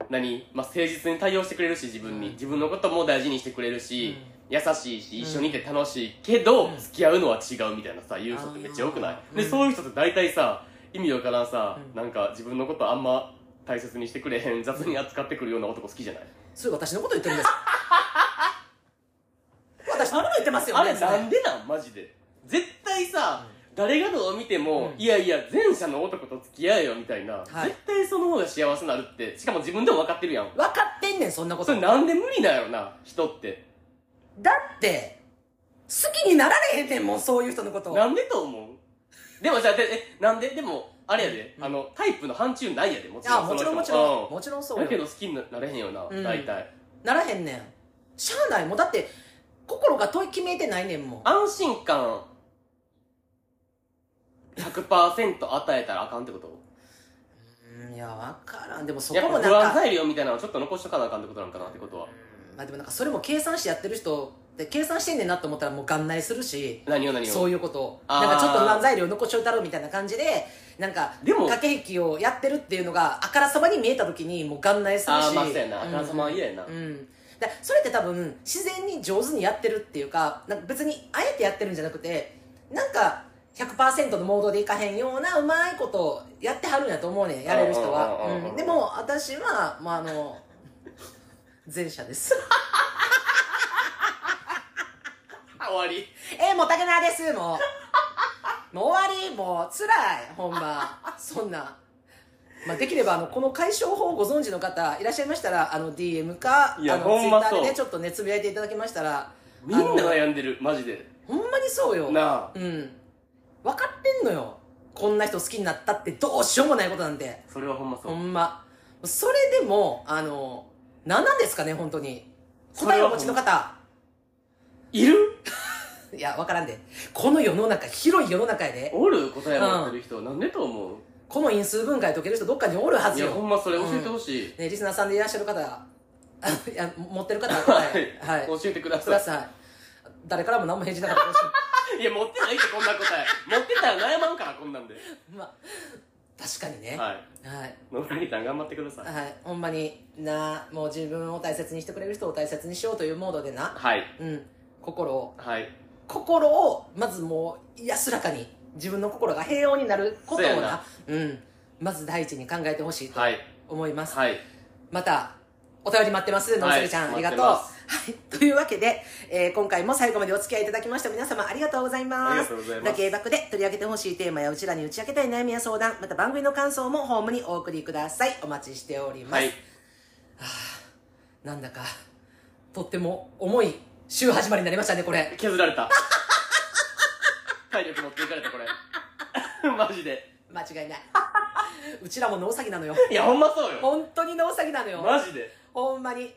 B: 何まあ、誠実に対応してくれるし、自分に。
A: うん
B: 自分のことも大事にしてくれるし、優しいし、一緒にいて楽しいけど、
A: うん
B: 付き合うのは違うみたいなさ、言う人ってめっちゃ多くない、
A: あー
B: で、
A: うん
B: そういう人って大体さ、意味わからんさ、
A: うん
B: なんか自分のことあんま大切にしてくれへん、雑に扱ってくるような男好きじゃない
A: それ私のこと言って るんです私のこと言ってますよ
B: あ
A: ね
B: れなんでなんマジで絶対さ、誰がどう見ても、
A: うん
B: いやいや前者の男と付き合えよみたいな、
A: はい
B: 絶対その方が幸せになるってしかも自分でも分かってるやん
A: 分かってんねんそんなこと
B: それなんで無理なんやろな人って
A: だって好きになられへんねんもんそういう人のこと
B: なんでと思うでもじゃあでえなんででもあれやで、
A: うん
B: あのタイプの範疇ないやでもちろ
A: あ
B: ん
A: もちろんもち
B: その人
A: ろん
B: うん
A: もちろんそう
B: だけ
A: よ
B: ど好きになれへんよな、
A: うん
B: 大体
A: ならへんねんしゃあないもんだって心が問い決めてないねんもん
B: 安心感100%与えたらあかんってこと
A: うんいやわからんでもそこ
B: やっ
A: も
B: ぱ
A: なん
B: 不安
A: か
B: 材料みたいなのをちょっと残しとかなあかんってことなんかなってことは
A: まあでもなんかそれも計算してやってる人で計算してんねんなと思ったらもう眼内するし
B: 何を何を
A: そういうことを
B: あー
A: なんかちょっと漫才料残しといたろうみたいな感じでなんか
B: でも
A: 駆け引きをやってるっていうのがあからさまに見えた時にもう眼内するし
B: ああまあそうやなあ
A: うん
B: からさまは嫌やな、
A: うん、だそれって多分自然に上手にやってるっていうかなんか別にあえてやってるんじゃなくてなんか100%のモードでいかへんようなうまいことやってはるんやと思うねんやれる人は
B: うんうんうんうん
A: うんでも私は、まあ、あの前者です
B: あ終わり
A: えもう 竹菜ですもうもう終わりもう辛いほんまそんな、まあ、できればあのこの解消法をご存知の方いらっしゃいましたらあの DM かあの
B: いやほん
A: Twitter
B: ま
A: で
B: そう
A: ねちょっとねつぶやいていただきましたら
B: みんな悩んでるマジで
A: ほんまにそうよ。
B: なあ
A: うん。分かってんのよ。こんな人好きになったってどうしようもないことなんて。
B: それはほんまそう、
A: ほんま。それでも、あの、何なんですかね、本当に。答えをお持ちの方。
B: いる
A: いや、分からんで。この世の中、広い世の中やで。
B: おる答えを持ってる人、なんでと思う
A: この因数分解解ける人どっかにおるはいず
B: やほ
A: よ。
B: んまそれ教えてほしい、
A: ね、リスナーさんでいらっしゃる方、 あいや、持ってる 方は答え、はい。
B: 教えてくだ
A: く
B: さ
A: だ
B: い
A: さい。誰からも何も返事なかったらどうしよ
B: いや持ってないってこんな答え持ってたら悩まんからこんなんで
A: うまあ、確かにね。
B: はい
A: はい
B: 野谷さん頑張ってください
A: はい、ほんまになもう自分を大切にしてくれる人を大切にしようというモードでな、
B: はい
A: うん、心を
B: はい
A: 心をまずもう安らかに自分の心が平穏になることを
B: そうや
A: な
B: な
A: うん、まず第一に考えてほしいと
B: はい
A: 思います、
B: はい
A: またお便り待ってますのりすぎちゃん、
B: はい
A: ありがとう、
B: 待っ
A: は
B: てま
A: い、というわけで、えー今回も最後までお付き合いいただきました皆様ありがとうございます
B: ありがとうございます
A: ラケーバックで取り上げてほしいテーマやうちらに打ち明けたい悩みや相談また番組の感想もホームにお送りくださいお待ちしております、
B: はい
A: なんだか、とっても重い週始まりになりましたね、これ。
B: 削られた体力持っていかれたこれ マジで
A: 間違い ない。うちらも脳詐欺なのよ。
B: いやほんまそうよ
A: 本当に脳詐欺なのよ。
B: マジで
A: ほんまに。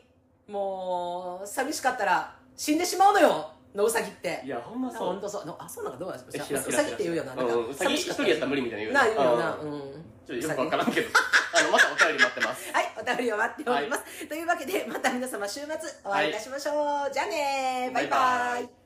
A: もう、寂しかったら死んでしまうのよ、脳詐欺って
B: い。やほんまそう
A: 本当そう。のあ、そうなんかどうなんです
B: え
A: か
B: 知らん
A: うさぎって言うよな。なんか
B: うんうんうさぎ
A: 寂し
B: 一
A: か
B: 人やったら無理みたいな
A: な、
B: 言
A: 言
B: う
A: う
B: よ
A: よな。う
B: うん
A: ん。
B: ちょっとよくわ
A: う
B: か
A: さぎ
B: ら んけどあのまたお便り待ってます
A: はい、お便りを待っております。というわけで、また皆様週末お会いいたしましょう。じゃあねーバイバ
B: バイバ
A: イ
B: イ